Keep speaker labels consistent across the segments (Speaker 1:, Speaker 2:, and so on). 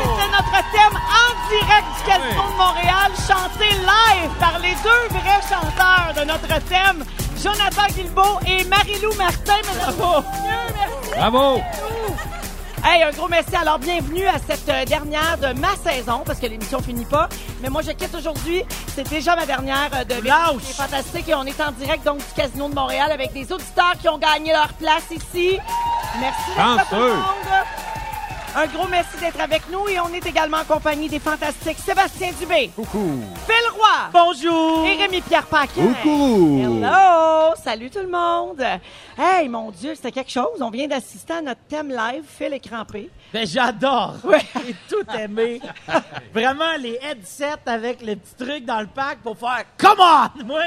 Speaker 1: C'était notre thème en direct du Casino de Montréal, chanté live par les deux vrais chanteurs de notre thème, Jonathan Guilbeault et Marie-Lou Martin. Mesdames et messieurs,
Speaker 2: Bravo!
Speaker 1: merci. Hey, un gros merci. Alors, bienvenue à cette euh, dernière de ma saison, parce que l'émission finit pas. Mais moi, je quitte aujourd'hui. C'est déjà ma dernière euh, de Vérité fantastique et on est en direct donc du Casino de Montréal avec des auditeurs qui ont gagné leur place ici. Merci d'être tout le
Speaker 2: Chanceux.
Speaker 1: monde. Un gros merci d'être avec nous et on est également en compagnie des fantastiques Sébastien Dubé. Coucou. Phil Roy. Bonjour. Et Rémi-Pierre Paquin. Coucou. Hello. Salut tout le monde. Hey, mon Dieu, c'était quelque chose. On vient d'assister à notre thème live. Phil est crampé.
Speaker 3: Ben, j'adore.
Speaker 1: Ouais.
Speaker 3: J'ai tout aimé. Vraiment, les headsets avec le petit truc dans le pack pour faire Come on! Moi,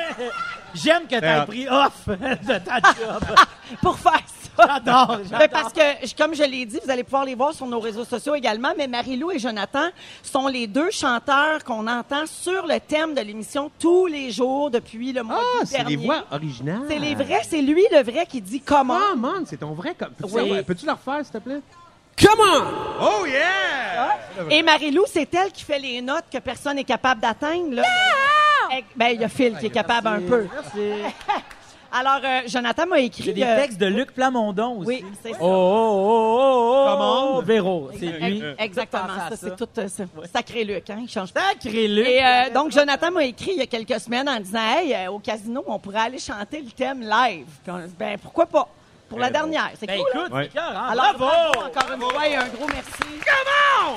Speaker 3: j'aime que t'aies
Speaker 2: Ouais.
Speaker 3: pris off de ta job.
Speaker 1: Pour faire ça.
Speaker 3: J'adore,
Speaker 1: Mais
Speaker 3: j'adore.
Speaker 1: parce que, je- comme je l'ai dit, vous allez pouvoir les voir sur nos réseaux sociaux également, mais Marie-Lou et Jonathan sont les deux chanteurs qu'on entend sur le thème de l'émission tous les jours depuis le mois d'août
Speaker 4: Ah, c'est
Speaker 1: dernier.
Speaker 4: des voix Ah. originales.
Speaker 1: C'est les vrais, c'est lui le vrai qui dit comment.
Speaker 4: Come on, c'est ton vrai. com- Peux-tu
Speaker 1: Oui.
Speaker 4: la- peux-tu la refaire, s'il te plaît?
Speaker 2: Oh yeah!
Speaker 1: Et Marie-Lou, c'est elle qui fait les notes que personne n'est capable d'atteindre. là. Eh, Ben, il y a Phil qui est capable un peu.
Speaker 3: Ah, Merci.
Speaker 1: Alors, euh, Jonathan m'a écrit...
Speaker 3: J'ai des
Speaker 1: euh,
Speaker 3: textes de Luc Plamondon aussi.
Speaker 1: Oui, c'est ça.
Speaker 3: Oh, oh, oh, oh, oh, oh, Véro, c'est lui.
Speaker 1: Exact- Euh, Exactement,
Speaker 3: Pensez à
Speaker 1: ça,
Speaker 3: ça.
Speaker 1: c'est tout euh, ça. sacré Luc, hein, il change pas.
Speaker 3: Sacré Luc.
Speaker 1: Et euh, donc, Jonathan m'a écrit il y a quelques semaines en disant Hey, euh, au casino, on pourrait aller chanter le thème live. Puis on a dit, Ben, pourquoi pas Pour la dernière. C'est
Speaker 3: ben,
Speaker 1: cool. hein?
Speaker 3: écoute,
Speaker 2: Ouais.
Speaker 3: c'est cœur, hein?
Speaker 1: Alors,
Speaker 3: bravo!
Speaker 1: bravo, encore une fois et un gros merci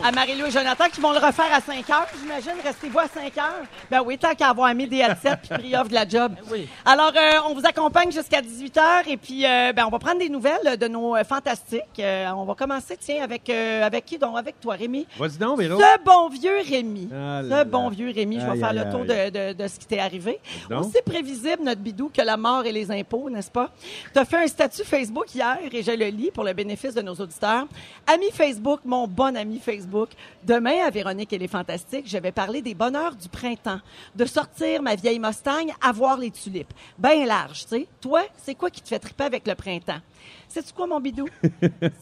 Speaker 1: à Marie-Lou et Jonathan qui vont le refaire à 5 heures. J'imagine, restez-vous à 5 heures. Ben oui, tant qu'à avoir mis des headsets puis pris off de la job.
Speaker 3: oui.
Speaker 1: Alors, euh, on vous accompagne jusqu'à 18 heures et puis euh, ben, on va prendre des nouvelles euh, de nos euh, fantastiques. Euh, on va commencer, tiens, avec, euh, avec qui donc? Avec toi, Rémi.
Speaker 4: Vas-y donc, Véro.
Speaker 1: Ce bon vieux Rémi.
Speaker 4: Ah
Speaker 1: ce
Speaker 4: là
Speaker 1: bon
Speaker 4: là.
Speaker 1: vieux Rémi. Je vais
Speaker 4: Aïe,
Speaker 1: faire
Speaker 4: aïe,
Speaker 1: le tour de,
Speaker 4: aïe.
Speaker 1: de- de ce qui t'est arrivé.
Speaker 4: donc.
Speaker 1: Aussi prévisible, notre bidou, que la mort et les impôts, n'est-ce pas? Tu as fait un statut Facebook hier et je le lis pour le bénéfice de nos auditeurs. Ami Facebook, mon bon ami Facebook, demain à Véronique et les Fantastiques, je vais parler des bonheurs du printemps, de sortir ma vieille Mustang, avoir les tulipes. Ben large, tu sais. Toi, c'est quoi qui te fait triper avec le printemps? Sais-tu quoi, mon bidou?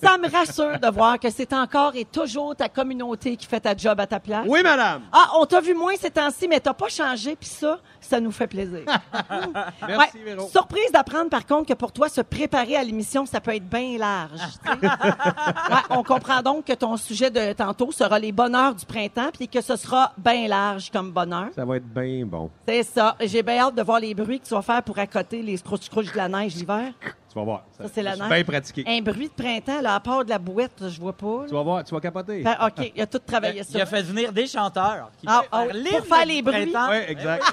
Speaker 1: Ça me rassure de voir que c'est encore et toujours ta communauté qui fait ta job à ta place.
Speaker 4: Oui, madame.
Speaker 1: Ah, on t'a vu moins ces temps-ci, mais t'as pas changé, puis ça, ça nous fait plaisir. Mm.
Speaker 4: Merci, Véro.
Speaker 1: Surprise d'apprendre, par contre, que pour toi, se préparer à l'émission, ça peut être bien large. tu sais. Ouais, on comprend donc que ton sujet de tantôt sera les bonheurs du printemps, puis que ce sera bien large comme bonheur.
Speaker 4: Ça va être bien bon.
Speaker 1: C'est ça. J'ai bien hâte de voir les bruits que tu vas faire pour accoter les scrouches-crouches de la neige l'hiver.
Speaker 4: Tu vas voir.
Speaker 1: Ça, c'est la
Speaker 4: je suis
Speaker 1: neige. Hein?
Speaker 4: bien pratiqué.
Speaker 1: Un bruit de printemps, là, à part de la bouette, là, je vois pas.
Speaker 4: Tu vas voir, tu vas capoter.
Speaker 1: là. Fait- OK, Ben, il a tout travaillé ça.
Speaker 3: Il a fait venir des chanteurs qui
Speaker 1: Ah,
Speaker 3: peuvent
Speaker 1: oh,
Speaker 3: faire
Speaker 1: pour faire
Speaker 3: l'hymne du
Speaker 1: les bruits.
Speaker 3: printemps.
Speaker 4: Oui, exact.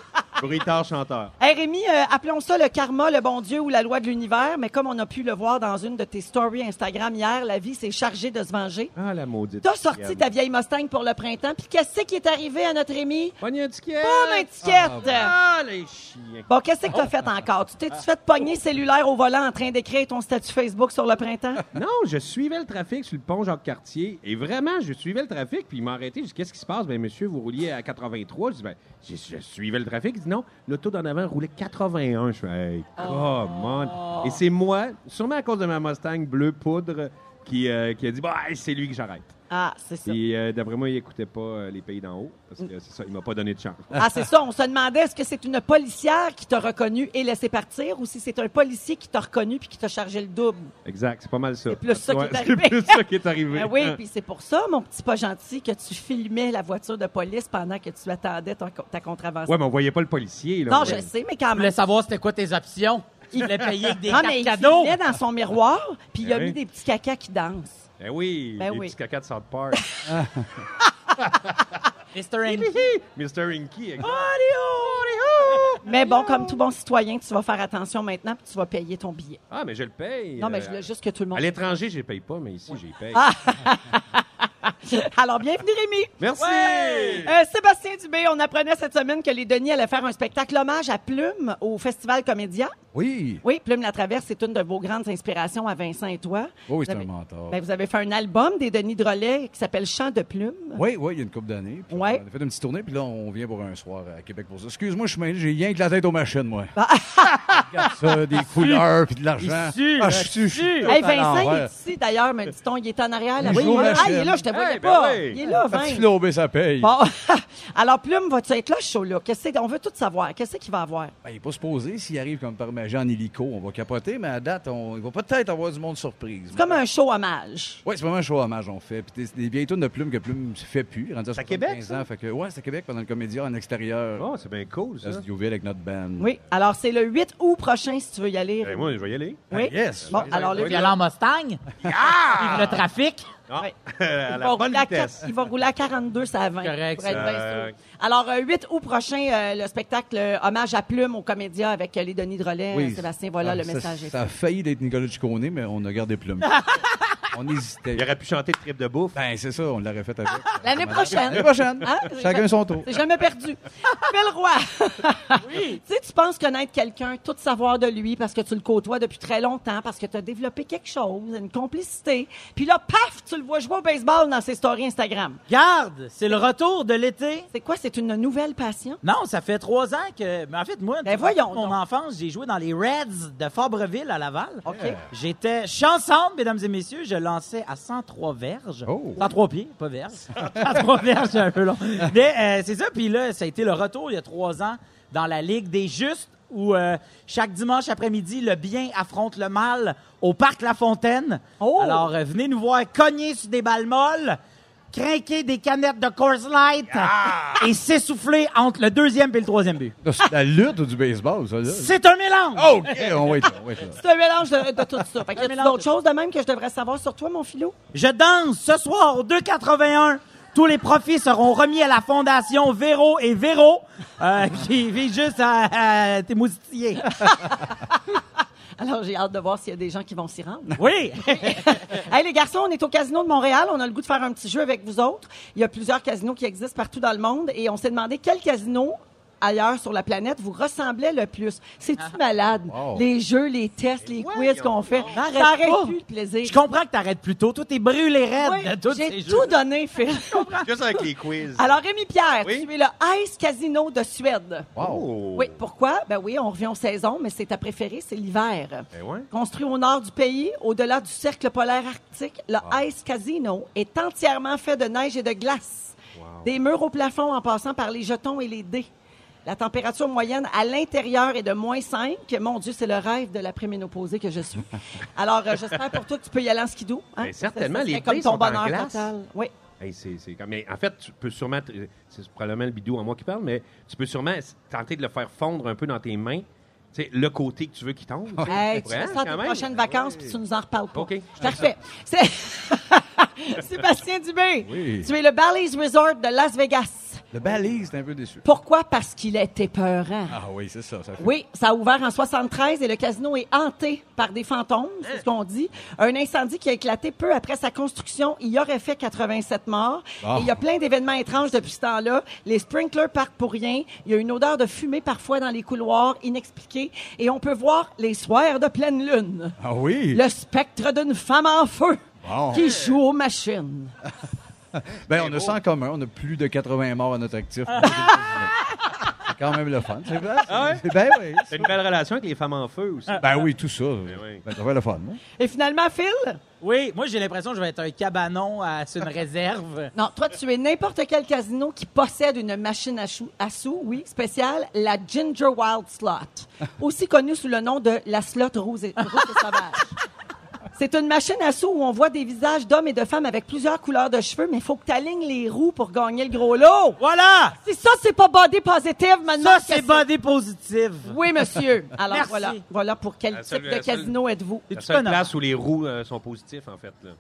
Speaker 4: Bruiteur chanteur.
Speaker 1: Hey Rémi, euh, appelons ça le karma, le bon Dieu ou la loi de l'univers, mais comme on a pu le voir dans une de tes stories Instagram hier, la vie s'est chargée de se venger.
Speaker 4: Ah, la maudite.
Speaker 1: T'as sorti ta vieille Mustang pour le printemps, puis qu'est-ce qui est arrivé à notre Rémi?
Speaker 4: Pogne un ticket.
Speaker 1: Pogne un ticket.
Speaker 4: Ah, les chiens.
Speaker 1: Bon, qu'est-ce que t'as fait encore? Tu t'es-tu fait pogner cellulaire au volant en train d'écrire ton statut Facebook sur le printemps?
Speaker 4: Non, je suivais le trafic sur le pont Jacques-Cartier. Et vraiment, je suivais le trafic. Puis il m'a arrêté. Je dis, qu'est-ce qui se passe? Ben, monsieur, vous rouliez à 83. Je dis, ben, je, je suivais le trafic. Il dit, non, l'auto d'en avant roulait 81. Je fais, hey,
Speaker 1: Ah.
Speaker 4: come on. Et c'est moi, sûrement à cause de ma Mustang bleu poudre, qui, euh, qui a dit, bah, c'est lui que j'arrête.
Speaker 1: Ah, c'est ça.
Speaker 4: Et euh, d'après moi, il écoutait pas euh, les pays d'en haut. Parce que c'est ça, il m'a pas donné de chance.
Speaker 1: Ah, c'est ça. On se demandait est-ce que c'est une policière qui t'a reconnu et laissé partir ou si c'est un policier qui t'a reconnu puis qui t'a chargé le double?
Speaker 4: Exact, c'est pas mal ça.
Speaker 1: C'est plus ça qui est
Speaker 4: c'est
Speaker 1: arrivé.
Speaker 4: plus ça qui est arrivé.
Speaker 1: Ben oui, puis c'est pour ça, mon petit pas gentil, que tu filmais la voiture de police pendant que tu attendais ton- ta contravention.
Speaker 4: Ouais, mais on voyait pas le policier. Là,
Speaker 1: non,
Speaker 4: Ouais.
Speaker 1: je sais, mais quand
Speaker 3: Je voulais
Speaker 1: même.
Speaker 3: savoir c'était quoi tes options. Tu voulais payer avec des
Speaker 1: Non,
Speaker 3: cartes
Speaker 1: mais il
Speaker 3: cadeaux.
Speaker 1: filmait dans son miroir, puis il a
Speaker 4: Ben
Speaker 1: mis
Speaker 4: oui.
Speaker 1: des petits cacas qui dansent.
Speaker 4: Ben oui,
Speaker 1: Ben
Speaker 4: les
Speaker 1: oui.
Speaker 4: petits cacas de South Park.
Speaker 3: Mr. Hanky.
Speaker 4: Mr. Inky, exact.
Speaker 1: Mais bon, comme tout bon citoyen, tu vas faire attention maintenant, puis tu vas payer ton billet.
Speaker 4: Ah, mais je le paye.
Speaker 1: Non, mais
Speaker 4: euh,
Speaker 1: je voulais juste que tout le monde...
Speaker 4: À l'étranger, je les paye pas, mais ici, j'y paye.
Speaker 1: Alors, bienvenue, Rémi.
Speaker 4: Merci.
Speaker 1: Euh, Sébastien Dubé, on apprenait cette semaine que les Denis allaient faire un spectacle hommage à Plume au Festival Comédia.
Speaker 5: Oui.
Speaker 1: Oui, Plume la Traverse, c'est une de vos grandes inspirations à Vincent et toi.
Speaker 5: Oui, oui,
Speaker 1: Vous
Speaker 5: c'est
Speaker 1: avez-
Speaker 5: un mentor.
Speaker 1: Ben, vous avez fait un album des Denis Drolet qui s'appelle Chant de Plume.
Speaker 5: Oui, oui, il y a une couple d'années. Puis
Speaker 1: Ouais.
Speaker 5: On a fait une petite tournée, puis là, on vient pour un soir à Québec pour ça. Excuse-moi, je suis mêlé, j'ai rien que la tête aux machines, moi.
Speaker 1: Ah.
Speaker 5: Regarde ça, des couleurs, puis de l'argent.
Speaker 3: Ici,
Speaker 5: ah, je suis- je suis. tout
Speaker 1: Hey,
Speaker 5: à
Speaker 1: Vincent, il
Speaker 5: l'envers.
Speaker 1: est ici d'ailleurs, me dit-on. Il est en arrière. Là.
Speaker 5: Il
Speaker 1: Oui,
Speaker 5: joue
Speaker 1: il est là.
Speaker 5: la
Speaker 1: Ah, il est là,
Speaker 5: chaîne.
Speaker 1: je te voyais
Speaker 4: Eh, ben
Speaker 1: pas.
Speaker 4: oui.
Speaker 1: Il est là,
Speaker 5: Petit
Speaker 1: Vin.
Speaker 5: flobé, ça paye.
Speaker 1: Bon. Alors, Plume, vas-tu être là, ce show-là? Qu'est-ce que c'est? On veut tout savoir. Qu'est-ce qu'il va avoir?
Speaker 5: Ben, il n'est pas supposé. S'il arrive comme par magie en hélico, on va capoter, mais à date, on... il va peut-être avoir du monde surprise.
Speaker 1: C'est comme un show hommage.
Speaker 5: Oui, c'est vraiment un show hommage, on fait. Puis des, des vieilles tunes de plumes que Plume ne fait plus. rendu
Speaker 3: C'est à Québec,
Speaker 5: 75 Ans, fait que, ouais, c'est à Québec pendant le comédien en extérieur.
Speaker 4: Oh, c'est bien cool,
Speaker 5: à
Speaker 4: ça.
Speaker 5: Studiouville avec notre band.
Speaker 1: Oui. Alors, c'est le 8 août prochain, si tu veux y aller.
Speaker 4: Ben, moi, je vais y aller.
Speaker 1: Oui.
Speaker 5: Ah, yes.
Speaker 1: Bon, alors, le
Speaker 3: Il y a la Mustang. Vive le trafic.
Speaker 4: Ah,
Speaker 1: Ouais.
Speaker 4: à
Speaker 1: Il
Speaker 4: la
Speaker 1: va,
Speaker 4: bonne
Speaker 1: rouler à
Speaker 4: vitesse.
Speaker 1: quatre- il va rouler à 42, ça à 20.
Speaker 3: Correct,
Speaker 1: pour être
Speaker 4: ça.
Speaker 1: bien sûr.
Speaker 4: Correct.
Speaker 1: Alors, euh, 8 août prochain, euh, le spectacle euh, Hommage à Plume aux comédiens avec euh, les Denis Drolet.
Speaker 5: Oui.
Speaker 1: Euh, Sébastien, voilà,
Speaker 5: Ah,
Speaker 1: le
Speaker 5: ça-
Speaker 1: message est
Speaker 5: Ça a failli d'être Nicolas Ciccone, mais on a gardé Plume. on hésitait.
Speaker 4: Il aurait pu chanter Trip de bouffe.
Speaker 5: Ben, c'est ça, on l'aurait fait avec.
Speaker 1: L'année prochaine.
Speaker 5: L'année prochaine.
Speaker 1: Ben, Hein?
Speaker 5: Chacun son tour.
Speaker 1: C'est jamais perdu. Belle roi. tu sais, tu penses connaître quelqu'un, tout savoir de lui parce que tu le côtoies depuis très longtemps, parce que tu as développé quelque chose, une complicité. Puis là, paf, tu le vois jouer au baseball dans ses stories Instagram.
Speaker 3: Garde, c'est le retour de l'été.
Speaker 1: C'est quoi? C'est une nouvelle passion?
Speaker 3: Non, ça fait trois ans que. Mais en fait, moi,
Speaker 1: Ben
Speaker 3: durant toute
Speaker 1: voyons
Speaker 3: mon
Speaker 1: donc.
Speaker 3: enfance, j'ai joué dans les Reds de Fabreville à Laval.
Speaker 1: OK.
Speaker 3: J'étais chanson, mesdames et messieurs. Je lançais à 103 verges.
Speaker 5: Oh.
Speaker 3: 103 pieds, pas verges. 103 verges, c'est un peu long. Mais euh, c'est ça. Puis là, ça a été le retour il y a trois ans dans la Ligue des Justes où euh, chaque dimanche après-midi, le bien affronte le mal au Parc La Fontaine.
Speaker 1: Oh.
Speaker 3: Alors, euh, venez nous voir cogner sur des balles molles, craquer des canettes de Coors Light et s'essouffler entre le deuxième et le troisième but.
Speaker 5: Là, C'est la lutte ou du baseball, ça, là?
Speaker 3: C'est un mélange!
Speaker 5: OK, on va être là, on va être là.
Speaker 1: C'est un mélange de, de tout ça. Fait que y a
Speaker 3: mélange
Speaker 1: d'autres
Speaker 3: de-
Speaker 1: choses de même que je devrais savoir sur toi, mon filou?
Speaker 3: Je danse ce soir au 281. Tous les profits seront remis à la fondation Véro et Véro, euh, qui vit juste à, à t'émoustiller.
Speaker 1: Alors, j'ai hâte de voir s'il y a des gens qui vont s'y rendre.
Speaker 3: Oui!
Speaker 1: hey, les garçons, on est au Casino de Montréal. On a le goût de faire un petit jeu avec vous autres. Il y a plusieurs casinos qui existent partout dans le monde et on s'est demandé quel casino ailleurs sur la planète vous ressemblait le plus. C'est-tu
Speaker 3: Ah.
Speaker 1: malade?
Speaker 5: Wow.
Speaker 1: Les jeux, les tests, les quiz qu'on fait.
Speaker 3: N'arrête
Speaker 1: Ça arrête
Speaker 3: pas.
Speaker 1: plus le plaisir.
Speaker 3: Je comprends que t'arrêtes plus tôt. Toi, t'es brûlé raide
Speaker 1: Oui,
Speaker 3: de tous ces
Speaker 1: J'ai
Speaker 3: jeux.
Speaker 1: tout donné, Phil.
Speaker 4: Juste avec les quiz.
Speaker 1: Alors, Rémi Pierre,
Speaker 4: Oui.
Speaker 1: tu es le Ice Casino de Suède.
Speaker 5: Wow.
Speaker 4: Oh.
Speaker 1: Oui, pourquoi? Ben oui, on revient aux saisons, mais c'est ta préférée, c'est l'hiver.
Speaker 4: Ben ouais.
Speaker 1: Construit au nord du pays, au-delà du cercle polaire arctique, le Ice Casino est entièrement fait de neige et de glace. Des murs au plafond en passant par les jetons et les dés. La température moyenne à l'intérieur est de moins 5. Mon Dieu, c'est le rêve de la préménopausée que je suis. Alors, euh, j'espère pour toi que tu peux y aller en skidoo. hein?
Speaker 4: Ben,
Speaker 1: Ça,
Speaker 4: certainement,
Speaker 1: ça
Speaker 4: les
Speaker 1: serait comme
Speaker 4: dés
Speaker 1: ton
Speaker 4: sont en
Speaker 1: bonheur
Speaker 4: glace.
Speaker 1: total. Oui.
Speaker 4: Hey, c'est, c'est comme- mais en fait, tu peux sûrement. t- C'est probablement le bidou en moi qui parle, mais tu peux sûrement s- tenter de le faire fondre un peu dans tes mains. Tu sais, le côté que tu veux qu'il tombe. tu sais.
Speaker 1: Hey, tu
Speaker 4: Ouais,
Speaker 1: restes à tes
Speaker 4: quand même.
Speaker 1: prochaines vacances puis tu nous en reparles pas.
Speaker 4: OK.
Speaker 1: Parfait. C'est- Sébastien Dubé,
Speaker 5: Oui.
Speaker 1: tu es le Bally's Resort de Las Vegas.
Speaker 5: Le balise, t'es un peu déçu.
Speaker 1: Pourquoi? Parce qu'il était peurant.
Speaker 5: Ah oui, c'est ça. ça fait-
Speaker 1: Oui, ça a ouvert en 73 et le casino est hanté par des fantômes, c'est
Speaker 4: Hein?
Speaker 1: ce qu'on dit. Un incendie qui a éclaté peu après sa construction, il y aurait fait 87 morts.
Speaker 5: Ah.
Speaker 1: Et il y a plein d'événements étranges depuis ce temps-là. Les sprinklers partent pour rien. Il y a une odeur de fumée parfois dans les couloirs, inexpliquée. Et on peut voir les soirs de pleine lune.
Speaker 5: Ah oui?
Speaker 1: Le spectre d'une femme en feu
Speaker 5: Wow.
Speaker 1: qui joue aux machines.
Speaker 5: Ben, on a ça en commun. On a plus de 80 morts à notre actif.
Speaker 1: Ah.
Speaker 5: c'est quand même le fun. C'est vrai? C'est- Ben oui.
Speaker 4: T'as Ah une belle relation avec les femmes en feu aussi.
Speaker 5: Ben oui, tout ça.
Speaker 4: oui.
Speaker 5: Ben, ça fait le fun. hein?
Speaker 1: Et finalement, Phil,
Speaker 3: Oui, moi, j'ai l'impression que je vais être un cabanon à sur une réserve.
Speaker 1: non, toi, tu es n'importe quel casino qui possède une machine à, chou- à sous, oui, spéciale, la Ginger Wild Slot, aussi connue sous le nom de la slot rose et, rose et sauvage. C'est une machine à sous où on voit des visages d'hommes et de femmes avec plusieurs couleurs de cheveux, mais il faut que tu alignes les roues pour gagner le gros lot.
Speaker 3: Voilà!
Speaker 1: Si ça, c'est pas body positive, maintenant.
Speaker 3: Ça, c'est body positive.
Speaker 1: Oui, monsieur. Alors
Speaker 3: Merci.
Speaker 1: voilà, voilà pour quel
Speaker 4: La
Speaker 1: type
Speaker 4: seule-
Speaker 1: de
Speaker 4: la seule-
Speaker 1: casino êtes-vous?
Speaker 4: La seule place où les roues euh, sont positives, en fait. là.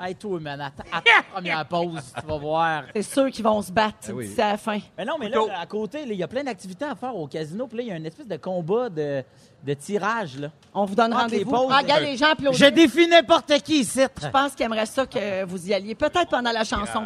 Speaker 3: Hey, toi, man, attends, attends la première pause, tu vas voir.
Speaker 1: C'est ceux qui vont se battre
Speaker 5: oui.
Speaker 1: d'ici à la fin.
Speaker 3: Mais non, mais là, à côté, là, il y a plein d'activités à faire au casino. Puis là, il y a une espèce de combat de, de tirage. Là.
Speaker 1: On vous donne
Speaker 3: Ah,
Speaker 1: rendez-vous.
Speaker 3: les pauses.
Speaker 1: Ah, regarde les gens applaudissent.
Speaker 3: Je défie n'importe qui ici.
Speaker 1: Je pense qu'ils aimeraient ça que vous y alliez, peut-être pendant la chanson.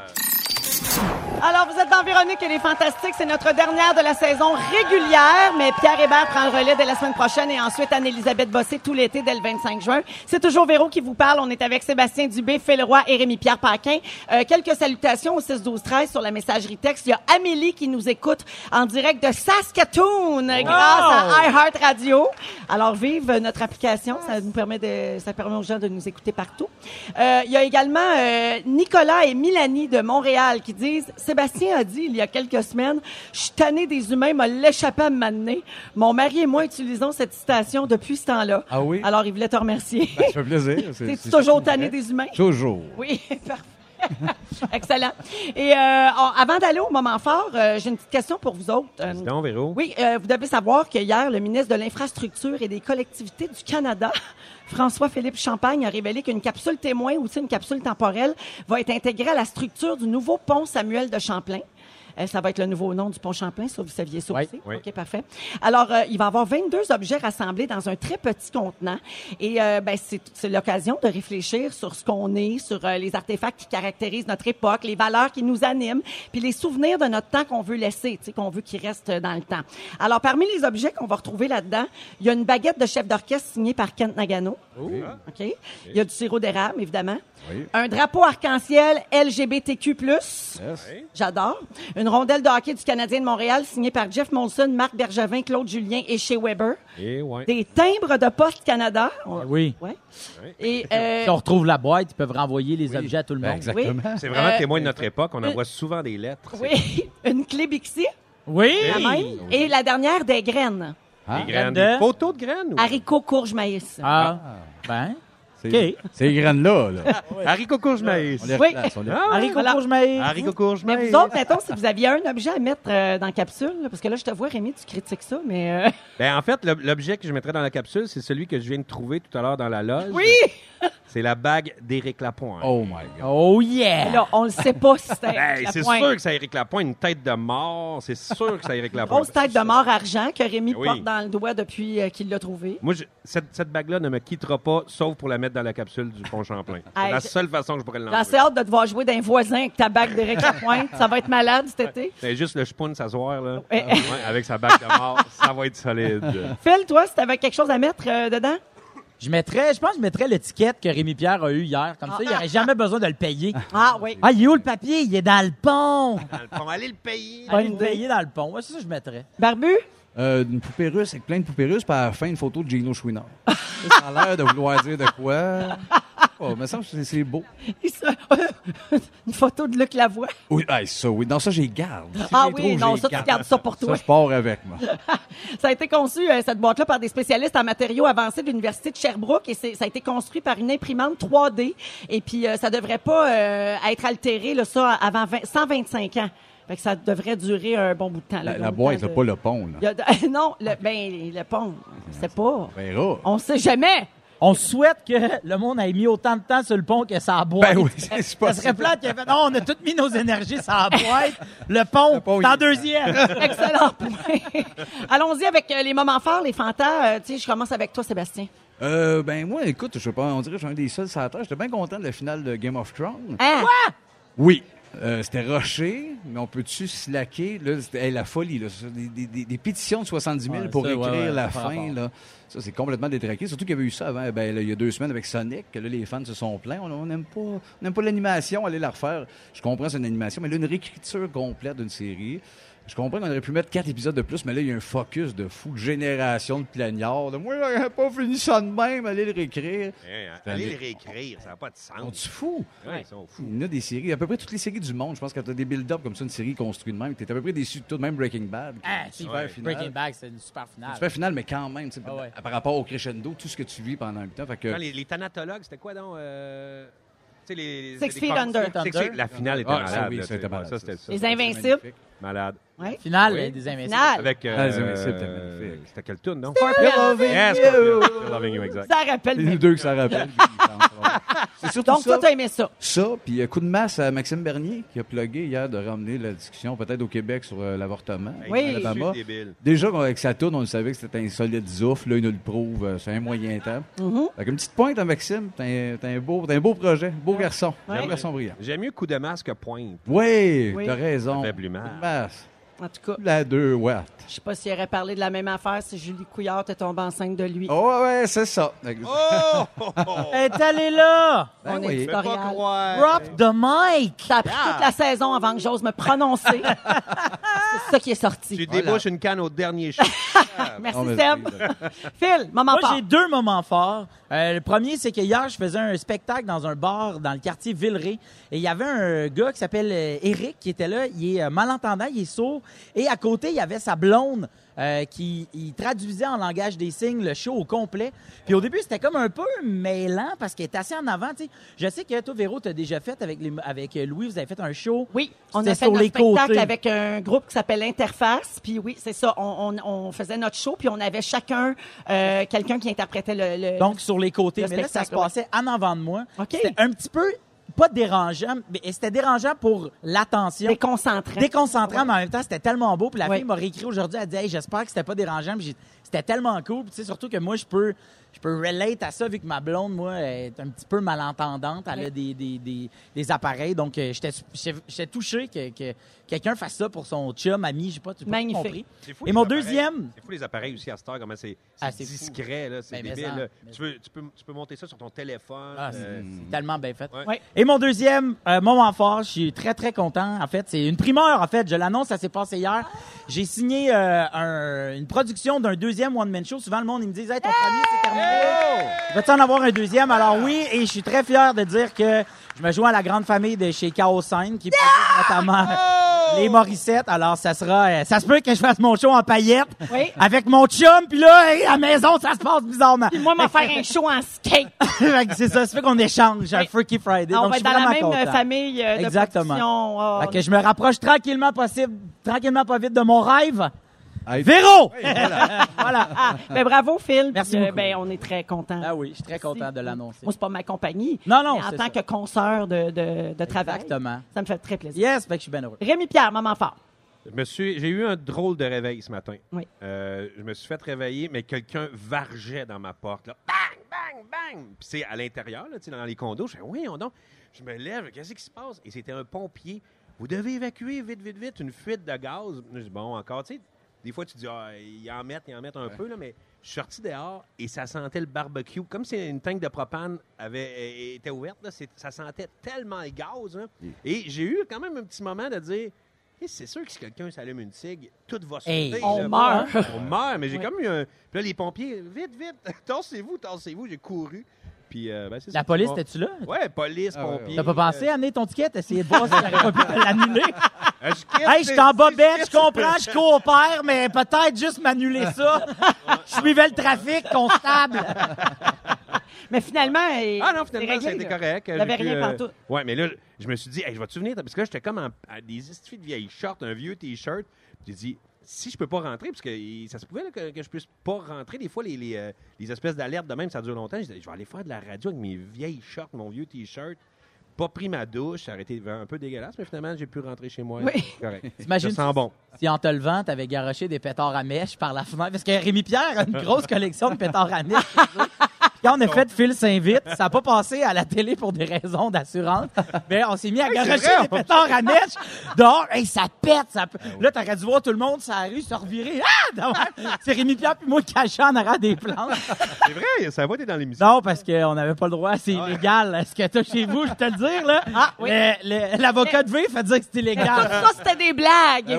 Speaker 1: Alors, vous êtes dans Véronique et les Fantastiques. C'est notre dernière de la saison régulière, mais Pierre Hébert prend le relais dès la semaine prochaine et ensuite Anne-Élisabeth Bossé tout l'été dès le 25 juin. C'est toujours Véro qui vous parle. On est avec Sébastien Dubé, Féleroy et Rémi-Pierre Paquin. Euh, quelques salutations au 6-12-13 sur la messagerie texte. Il y a Amélie qui nous écoute en direct de Saskatoon euh, grâce à iHeart Radio. Alors, vive notre application. Ça nous permet de, ça permet aux gens de nous écouter partout. Euh, Il y a également euh, Nicolas et Milanie de Montréal qui disent Sébastien a dit il y a quelques semaines, je suis tanné des humains, m'a l'échappé à m'amener. Mon mari et moi utilisons cette citation depuis ce temps-là.
Speaker 5: Ah oui?
Speaker 1: Alors, il voulait te remercier.
Speaker 5: Ça fait plaisir.
Speaker 1: T'es
Speaker 5: c'est-
Speaker 1: toujours
Speaker 5: c'est-
Speaker 1: tanné des humains?
Speaker 5: Toujours.
Speaker 1: Oui, parfait. Excellent. Et euh, en- avant d'aller au moment fort, euh, j'ai une petite question pour vous autres. Euh,
Speaker 4: Président Véro.
Speaker 1: oui, euh, vous devez savoir que hier, le ministre de l'Infrastructure et des collectivités du Canada, François-Philippe Champagne, a révélé qu'une capsule témoin, ou aussi une capsule temporelle, va être intégrée à la structure du nouveau pont Samuel de Champlain. Euh, ça va être le nouveau nom du pont Champlain, ça vous saviez ça
Speaker 3: Oui,
Speaker 1: aussi?
Speaker 4: oui.
Speaker 1: OK, parfait. Alors, euh, il va y avoir 22 objets rassemblés dans un très petit contenant. Et euh, ben, c'est c'est l'occasion de réfléchir sur ce qu'on est, sur euh, les artefacts qui caractérisent notre époque, les valeurs qui nous animent, puis les souvenirs de notre temps qu'on veut laisser, tu sais, qu'on veut qu'ils restent dans le temps. Alors, parmi les objets qu'on va retrouver là-dedans, il y a une baguette de chef d'orchestre signée par Kent Nagano. OK? Il y a du sirop d'érable, évidemment.
Speaker 5: Oui.
Speaker 1: Un drapeau arc-en-ciel LGBTQ+.
Speaker 5: Yes.
Speaker 1: J'adore. Une rondelle de hockey du Canadien de Montréal signée par Jeff Molson, Marc Bergevin, Claude Julien et Shea Weber.
Speaker 4: Et Eh ouais.
Speaker 1: Des timbres de Poste Canada. On-
Speaker 3: Ah Oui.
Speaker 1: Ouais. Et, euh,
Speaker 3: Si on retrouve la boîte, ils peuvent renvoyer les objets à tout le
Speaker 5: Ben,
Speaker 3: monde.
Speaker 5: exactement.
Speaker 4: C'est vraiment
Speaker 1: Euh,
Speaker 4: témoin de notre époque. On
Speaker 1: euh,
Speaker 4: envoie souvent des lettres.
Speaker 1: oui, une clé Bixi,
Speaker 3: oui!
Speaker 1: la même. Et la dernière, des graines.
Speaker 4: C'est
Speaker 5: Ah,
Speaker 4: des graines.
Speaker 3: graines de-
Speaker 4: Des photos de graines. ou-
Speaker 1: Haricots, courge, maïs.
Speaker 3: Ah, ben.
Speaker 5: c'est- Ces graines-là, là.
Speaker 4: Haricots courge maïs.
Speaker 5: On les
Speaker 1: Oui.
Speaker 5: replace. On les
Speaker 4: Ah
Speaker 5: replace.
Speaker 3: Henri
Speaker 1: voilà.
Speaker 3: Concourge-Maïs.
Speaker 4: Haricots courge
Speaker 1: Mais
Speaker 4: maïs.
Speaker 1: vous autres, mettons, si vous aviez un objet à mettre euh, dans capsule, là, parce que là, je te vois, Rémi, tu critiques ça, mais... euh,
Speaker 4: Ben, en fait, l'ob- l'objet que je mettrais dans la capsule, c'est celui que je viens de trouver tout à l'heure dans la loge.
Speaker 1: Oui!
Speaker 4: C'est la bague d'Éric
Speaker 1: Hein?
Speaker 4: Lapointe.
Speaker 5: Oh my God.
Speaker 3: Oh yeah!
Speaker 1: Là, on le sait pas si c'était
Speaker 4: Ben,
Speaker 1: la
Speaker 4: c'est
Speaker 1: pointe.
Speaker 4: sûr que c'est Éric Lapointe, une tête de mort. C'est sûr que c'est Éric Lapointe.
Speaker 1: Grosse tête de mort argent que Rémi
Speaker 4: Oui.
Speaker 1: porte dans le doigt depuis euh, qu'il l'a trouvé.
Speaker 4: Moi, je- cette, cette bague-là ne me quittera pas, sauf pour la mettre dans la capsule du pont Champlain. C'est
Speaker 1: Hey,
Speaker 4: la
Speaker 1: je-
Speaker 4: seule façon que je pourrais
Speaker 1: J'ai assez
Speaker 4: l'enlever.
Speaker 1: hâte de te voir jouer d'un voisin avec ta bague d'Éric Lapointe. Ça va être malade cet été.
Speaker 4: C'est Ben, juste le spoon s'asseoir, là. Ah,
Speaker 1: Ouais.
Speaker 4: Ouais, avec sa bague de mort, ça va être solide.
Speaker 1: Phil, toi, si t'avais quelque chose à mettre euh, dedans?
Speaker 3: Je mettrais, je pense que je mettrais l'étiquette que Rémi Pierre a eue hier. Comme ça, il n'aurait jamais besoin de le payer.
Speaker 1: Ah oui.
Speaker 3: Ah, il est où le papier? Il est dans le pont!
Speaker 4: Dans le pont, allez le payer.
Speaker 3: Allez
Speaker 1: Bonne
Speaker 3: le
Speaker 1: idée.
Speaker 3: payer dans le pont. Ouais, c'est ça que je mettrais.
Speaker 1: Barbu?
Speaker 5: Euh, une poupée russe avec plein de poupées russes, puis à la fin, une photo de Gino Chouinard. Ça a l'air de vouloir dire de quoi. Oh, me semble que c'est- c'est beau.
Speaker 1: Il se- Une photo de Luc Lavoie.
Speaker 5: Oui, hey, ça, oui. Dans ça, j'ai garde. Si
Speaker 1: Ah
Speaker 5: je les
Speaker 1: oui,
Speaker 5: trouve,
Speaker 1: non,
Speaker 5: je
Speaker 1: ça,
Speaker 5: les
Speaker 1: tu
Speaker 5: garde.
Speaker 1: gardes ça pour toi.
Speaker 5: Ça, je pars avec, moi.
Speaker 1: Ça a été conçu, euh, cette boîte-là, par des spécialistes en matériaux avancés de l'Université de Sherbrooke et c'est- ça a été construit par une imprimante 3D. Et puis, euh, ça devrait pas euh, être altéré, là, ça, avant 20 125 ans. Fait que ça devrait durer un bon bout de temps. là,
Speaker 5: La, la
Speaker 1: longtemps,
Speaker 5: boîte,
Speaker 1: là.
Speaker 5: là, pas le pont, là.
Speaker 1: Il y a de- non, le, ben, le pont, c'est pas.
Speaker 5: On verra.
Speaker 1: On sait jamais.
Speaker 3: On souhaite que le monde ait mis autant de temps sur le pont que ça a boîte.
Speaker 5: Ben oui, c'est c'est pas
Speaker 3: Ça serait plate qu'il ait fait. Non, on a toutes mis nos énergies sur la boîte. Le pont,
Speaker 5: Le pont,
Speaker 3: c'est en
Speaker 5: il est-
Speaker 3: deuxième.
Speaker 1: Excellent point. Allons-y avec euh, les moments forts, les fantas. Euh, tu sais, je commence avec toi, Sébastien.
Speaker 5: Euh, ben moi, écoute, je sais pas, on dirait que j'ai un des seuls sur la terre. J'étais bien content de la finale de Game of Thrones.
Speaker 1: Hein?
Speaker 5: Oui. Euh, c'était rocher, mais on peut-tu slacker? Là, c'était- hey, la folie, là, ça, des, des- des- des pétitions de 70 000
Speaker 3: Ouais,
Speaker 5: pour
Speaker 3: ça, ouais,
Speaker 5: écrire
Speaker 3: ouais,
Speaker 5: la
Speaker 3: par
Speaker 5: fin.
Speaker 3: rapport.
Speaker 5: Là. Ça, c'est complètement détraqué. Surtout qu'il y avait eu ça avant, ben, là, il y a deux semaines avec Sonic, que là, les fans se sont plaints. On on n'aime pas, on n'aime pas l'animation, allez la refaire. Je comprends, c'est une animation, mais là, une réécriture complète d'une série. Je comprends qu'on aurait pu mettre quatre épisodes de plus, mais là, il y a un focus de fou, de génération de plaignards. là. Moi, j'aurais pas fini ça de même, allez le réécrire.
Speaker 4: allez le réécrire, ça n'a pas de
Speaker 5: On
Speaker 4: sens.
Speaker 5: tu fou?
Speaker 4: Eh. Ouais, ils sont fous.
Speaker 5: Il y en a des séries, à peu près toutes les séries du monde. Je pense que quand t'as des build-up comme ça, une série construite de même, t'es à peu près déçu de tout, même Breaking Bad. qui est
Speaker 3: Ah,
Speaker 5: une
Speaker 3: si,
Speaker 5: super finale.
Speaker 3: Breaking Back, c'est une super
Speaker 1: Ah.
Speaker 3: finale.
Speaker 5: Super finale, mais quand même, tu sais,
Speaker 3: Ah ouais.
Speaker 5: par rapport au crescendo, tout ce que tu vis pendant un temps. Fait que,
Speaker 4: Quand les, les thanatologues, c'était quoi donc? euh, tu sais, les-
Speaker 1: Six
Speaker 4: les-
Speaker 1: Feet
Speaker 4: les-
Speaker 1: Under.
Speaker 4: Six Feet- La finale était
Speaker 5: Ah,
Speaker 4: malade.
Speaker 5: ça, oui,
Speaker 4: là,
Speaker 5: ça,
Speaker 4: tu sais.
Speaker 5: c'était malade,
Speaker 4: Ouais, ça,
Speaker 5: ça.
Speaker 4: c'était ça.
Speaker 1: Les
Speaker 5: c'est
Speaker 1: Invincibles.
Speaker 5: magnifique.
Speaker 4: Malade.
Speaker 1: Ouais.
Speaker 3: Finale
Speaker 4: Oui.
Speaker 3: des Invincibles.
Speaker 1: Finale.
Speaker 4: Avec. euh,
Speaker 5: Ah, les Invincibles, c'était magnifique.
Speaker 4: C'était quel tune, non?
Speaker 1: Loving
Speaker 4: Yes,
Speaker 1: You.
Speaker 4: Scorpion, Loving You, exact.
Speaker 1: Ça rappelle
Speaker 5: Les
Speaker 1: mes-
Speaker 5: deux que ça rappelle. C'est surtout
Speaker 1: Donc,
Speaker 5: ça.
Speaker 1: toi, t'as aimé ça.
Speaker 5: Ça, puis euh, coup de masse à Maxime Bernier qui a plugué hier de ramener la discussion peut-être au Québec sur euh, l'avortement.
Speaker 1: Oui.
Speaker 5: à l'Alabama.
Speaker 4: C'est débile.
Speaker 5: Déjà, avec sa tourne, on le savait que c'était un solide zouf. Là, il nous le prouve. euh, C'est un moyen temps.
Speaker 1: Mm-hmm.
Speaker 5: Fait qu'une petite pointe à Maxime. T'as un, t'as un beau, t'as un beau projet. Beau garçon.
Speaker 1: Ouais.
Speaker 5: Beau garçon brillant.
Speaker 4: J'aime mieux coup de masque que pointe.
Speaker 5: Oui,
Speaker 1: Oui.
Speaker 5: t'as raison.
Speaker 4: Ça fait plus mal.
Speaker 5: Coup de masse.
Speaker 1: En tout cas,
Speaker 5: La 2 watts.
Speaker 1: je sais pas si elle aurait parlé de la même affaire si Julie Couillard était tombée enceinte de lui.
Speaker 5: Oh, ouais, c'est ça.
Speaker 4: Oh!
Speaker 3: Elle est allée là!
Speaker 5: Ben
Speaker 1: On est
Speaker 5: oui.
Speaker 4: Je peux pas
Speaker 1: L'Oréal.
Speaker 4: croire.
Speaker 3: Drop the mic!
Speaker 1: Ça a pris
Speaker 3: Ah.
Speaker 1: toute la saison avant que j'ose me prononcer. C'est ça qui est sorti.
Speaker 4: Tu débouches une canne au dernier chien.
Speaker 1: Merci,
Speaker 5: Non, mais-
Speaker 1: Seb. Phil, maman
Speaker 3: Moi, j'ai deux moments forts. Euh, le premier, c'est que hier, je faisais un spectacle dans un bar dans le quartier Villeray. Et il y avait un gars qui s'appelle euh, Eric qui était là. Il est euh, malentendant, il est sourd. Et à côté, il y avait sa blonde euh, qui il traduisait en langage des signes le show au complet. Puis au début, c'était comme un peu mêlant parce qu'il était assez en avant. tu sais. Je sais que toi, Véro, tu as déjà fait avec, les- avec euh, Louis, vous avez fait un show.
Speaker 1: Oui, on
Speaker 3: C'était
Speaker 1: a fait
Speaker 3: sur
Speaker 1: notre
Speaker 3: les
Speaker 1: spectacle
Speaker 3: côtés.
Speaker 1: avec un groupe qui s'appelle Interface. Puis oui, c'est ça, on, on- on faisait notre show, puis on avait chacun euh, quelqu'un qui interprétait le... le-
Speaker 3: Donc, sur les côtés.
Speaker 1: Le
Speaker 3: mais là, ça se
Speaker 1: spectacle, ouais.
Speaker 3: passait en avant de moi.
Speaker 1: OK.
Speaker 3: C'était un petit peu, pas dérangeant, mais c'était dérangeant pour l'attention.
Speaker 1: déconcentré.
Speaker 3: Déconcentrant, mais en même temps, c'était tellement beau. Puis la
Speaker 1: Ouais.
Speaker 3: fille m'a réécrit aujourd'hui, elle dit Hey, j'espère que c'était pas dérangeant. Puis j'ai- C'était tellement cool. Puis tu sais, surtout que moi, je peux, je peux relate à ça, vu que ma blonde, moi, est un petit peu malentendante. Elle a
Speaker 1: Ouais.
Speaker 3: des, des, des, des appareils. Donc, euh, j'étais j'étais- j'étais touché que, que quelqu'un fasse ça pour son chum, ami, je sais pas, tu pas tout
Speaker 1: Magnifique.
Speaker 3: compris.
Speaker 4: C'est
Speaker 3: Et
Speaker 4: fou, les
Speaker 3: mon
Speaker 4: appareils.
Speaker 3: deuxième-
Speaker 4: C'est fou les appareils aussi à cette heure, comment c'est c'est
Speaker 3: Ah, c'est fou.
Speaker 4: discret, là, c'est
Speaker 3: Ben, mais
Speaker 4: débile.
Speaker 3: ça,
Speaker 4: là.
Speaker 3: mais
Speaker 4: Tu, peux, tu, peux, tu peux monter ça sur ton téléphone.
Speaker 3: Ah, c'est
Speaker 4: euh,
Speaker 3: c'est tellement bien fait.
Speaker 4: Ouais.
Speaker 1: Ouais.
Speaker 3: Et mon deuxième euh, moment fort, je suis très très content. En fait, c'est une primeur. En fait, je l'annonce, ça s'est passé hier. J'ai signé euh, un- une production d'un deuxième one man show. Souvent, le monde ils me dit, hey, ton premier c'est terminé. Va-tu en avoir un deuxième Alors oui, et je suis très fier de dire que je me joins à la grande famille de chez Chaos 5 qui produit notamment les Morissettes. Alors ça sera, euh, ça se peut que je fasse mon show en paillettes
Speaker 1: Oui.
Speaker 3: avec mon chum. Puis là, hey, à la maison, ça se passe bizarrement.
Speaker 1: Moi, m'en faire un show en skate.
Speaker 3: Fait que c'est ça, ça fait qu'on échange un
Speaker 1: Oui.
Speaker 3: Freaky Friday.
Speaker 1: on
Speaker 3: Donc,
Speaker 1: va
Speaker 3: je
Speaker 1: être
Speaker 3: suis
Speaker 1: dans la
Speaker 3: vraiment
Speaker 1: même euh,
Speaker 3: content.
Speaker 1: famille euh, de
Speaker 3: Exactement.
Speaker 1: production. Oh.
Speaker 3: Fait que je me rapproche tranquillement possible, tranquillement pas vite de mon rêve.
Speaker 5: Hey,
Speaker 3: Véro! voilà.
Speaker 1: Ah, ben, bravo, Phil.
Speaker 3: Merci
Speaker 1: Puis, euh,
Speaker 3: beaucoup.
Speaker 1: ben, on est très contents.
Speaker 3: Ah oui, je suis très content de l'annoncer.
Speaker 1: Moi, c'est pas ma compagnie.
Speaker 3: Non, non,
Speaker 1: mais En
Speaker 3: c'est
Speaker 1: tant
Speaker 3: ça.
Speaker 1: que consoeur de, de, de travail.
Speaker 3: Exactement.
Speaker 1: Ça me fait très plaisir.
Speaker 3: Yes, fait que je suis bien heureux.
Speaker 1: Rémi Pierre, maman fort.
Speaker 4: Je me suis- J'ai eu un drôle de réveil ce matin.
Speaker 1: Oui.
Speaker 4: Euh, je me suis fait réveiller, mais quelqu'un vargeait dans ma porte. Là. Bang, bang, bang! Puis c'est à l'intérieur, là, tu sais, dans les condos. Je fais, oui, on donc. Je me lève, qu'est-ce qui se passe? Et c'était un pompier. Vous devez évacuer vite, vite, vite, une fuite de gaz. Je dis, bon, encore, tu sais, des fois, tu dis, ah, ils en mettent, ils en mettent un peu, là, mais je suis sorti dehors et ça sentait le barbecue. Comme si une tank de propane avait, euh, était ouverte, là, c'est- ça sentait tellement le gaz. hein. Et j'ai eu quand même un petit moment de dire, Eh, c'est sûr que si quelqu'un s'allume une cigue, tout va sauter.
Speaker 3: Hey,
Speaker 4: là.
Speaker 1: on meurt.
Speaker 4: On meurt, mais j'ai comme eu un. Puis là, les pompiers, vite, vite, tassez-vous, tassez-vous. J'ai couru. Puis, euh, ben, c'est
Speaker 3: La
Speaker 4: ça.
Speaker 3: police,
Speaker 4: Bon.
Speaker 3: t'es-tu là?
Speaker 4: Ouais, police,
Speaker 5: Ah, ouais, ouais.
Speaker 4: pompiers.
Speaker 3: T'as pas pensé à amener ton ticket, essayer de voir si t'aurais pas pu l'annuler?
Speaker 4: Euh, je quitte,
Speaker 3: Hey, je suis en
Speaker 4: c'est-
Speaker 3: bobette, je comprends, je coopère, mais peut-être juste m'annuler ça. Je suivais le trafic, constable.
Speaker 1: Mais finalement, euh,
Speaker 4: Ah non,
Speaker 1: c'est
Speaker 4: finalement,
Speaker 1: réglé,
Speaker 4: c'était
Speaker 1: là.
Speaker 4: correct. J'ai
Speaker 1: T'avais
Speaker 4: pu,
Speaker 1: rien
Speaker 4: euh,
Speaker 1: partout.
Speaker 4: Ouais, mais là, je me suis dit, hey, je vais te souvenir, parce que là, j'étais comme en, à des estifs de vieilles shorts, un vieux T-shirt. J'ai dit, si je peux pas rentrer, parce que il- ça se pouvait là, que, que je puisse pas rentrer, des fois, les, les, euh, les espèces d'alertes de même, ça dure longtemps. J'ai dit, je vais aller faire de la radio avec mes vieilles shorts, mon vieux T-shirt. Pas pris ma douche, ça aurait été un peu dégueulasse, mais finalement, j'ai pu rentrer chez moi.
Speaker 1: Oui.
Speaker 4: C'est Correct.
Speaker 3: T'imagines-
Speaker 4: Je sens bon.
Speaker 3: Si en te levant, t'avais garoché des pétards à mèche par la fenêtre. Parce que Rémi Pierre a une grosse collection de pétards à mèche. chez eux. Quand on a fait Phil s'invite, ça n'a pas passé à la télé pour des raisons d'assurance. Mais on s'est mis à garocher
Speaker 4: vrai,
Speaker 3: des pétards à mèche dehors. Hey, ça pète. Ça... pe- Là, t'aurais dû voir tout le monde sur la rue se revirer. Ah! dehors. C'est Rémi Pierre puis moi cachés en arrière des planches.
Speaker 4: C'est vrai, ça va, t'es dans l'émission.
Speaker 3: Non, parce qu'on n'avait pas le droit, c'est illégal. là, Ce que t'as chez vous, je te le dire, là.
Speaker 1: oui.
Speaker 3: Le- le- L'avocat de V fait dire que c'est
Speaker 1: Tout
Speaker 3: illégal.
Speaker 1: ça, c'était des blagues.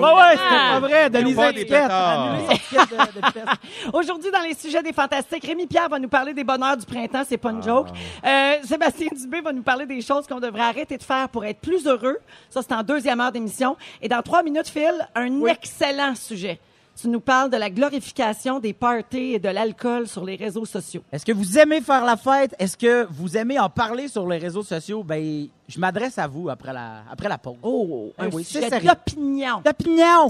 Speaker 3: Ouais, Ah ouais, c'était pas
Speaker 1: évidemment.
Speaker 3: vrai. Denise
Speaker 4: pas des
Speaker 3: Etiquette.
Speaker 4: pétards.
Speaker 3: Annulez son ticket de- de vitesse.
Speaker 1: Aujourd'hui, dans les sujets des fantastiques, Rémi Pierre va nous parler des bonheurs du printemps, c'est
Speaker 3: Ah.
Speaker 1: pas une joke. Euh, Sébastien Dubé va nous parler des choses qu'on devrait arrêter de faire pour être plus heureux. Ça, c'est en deuxième heure d'émission. Et dans trois minutes, Phil, un excellent sujet Tu nous parles de la glorification des parties et de l'alcool sur les réseaux sociaux.
Speaker 3: Est-ce que vous aimez faire la fête? Est-ce que vous aimez en parler sur les réseaux sociaux? Ben, je m'adresse à vous après la, après la pause.
Speaker 1: Oh,
Speaker 3: Ah
Speaker 1: un
Speaker 3: oui,
Speaker 1: sujet
Speaker 3: c'est sérieux.
Speaker 1: d'opinion.
Speaker 3: L'opinion!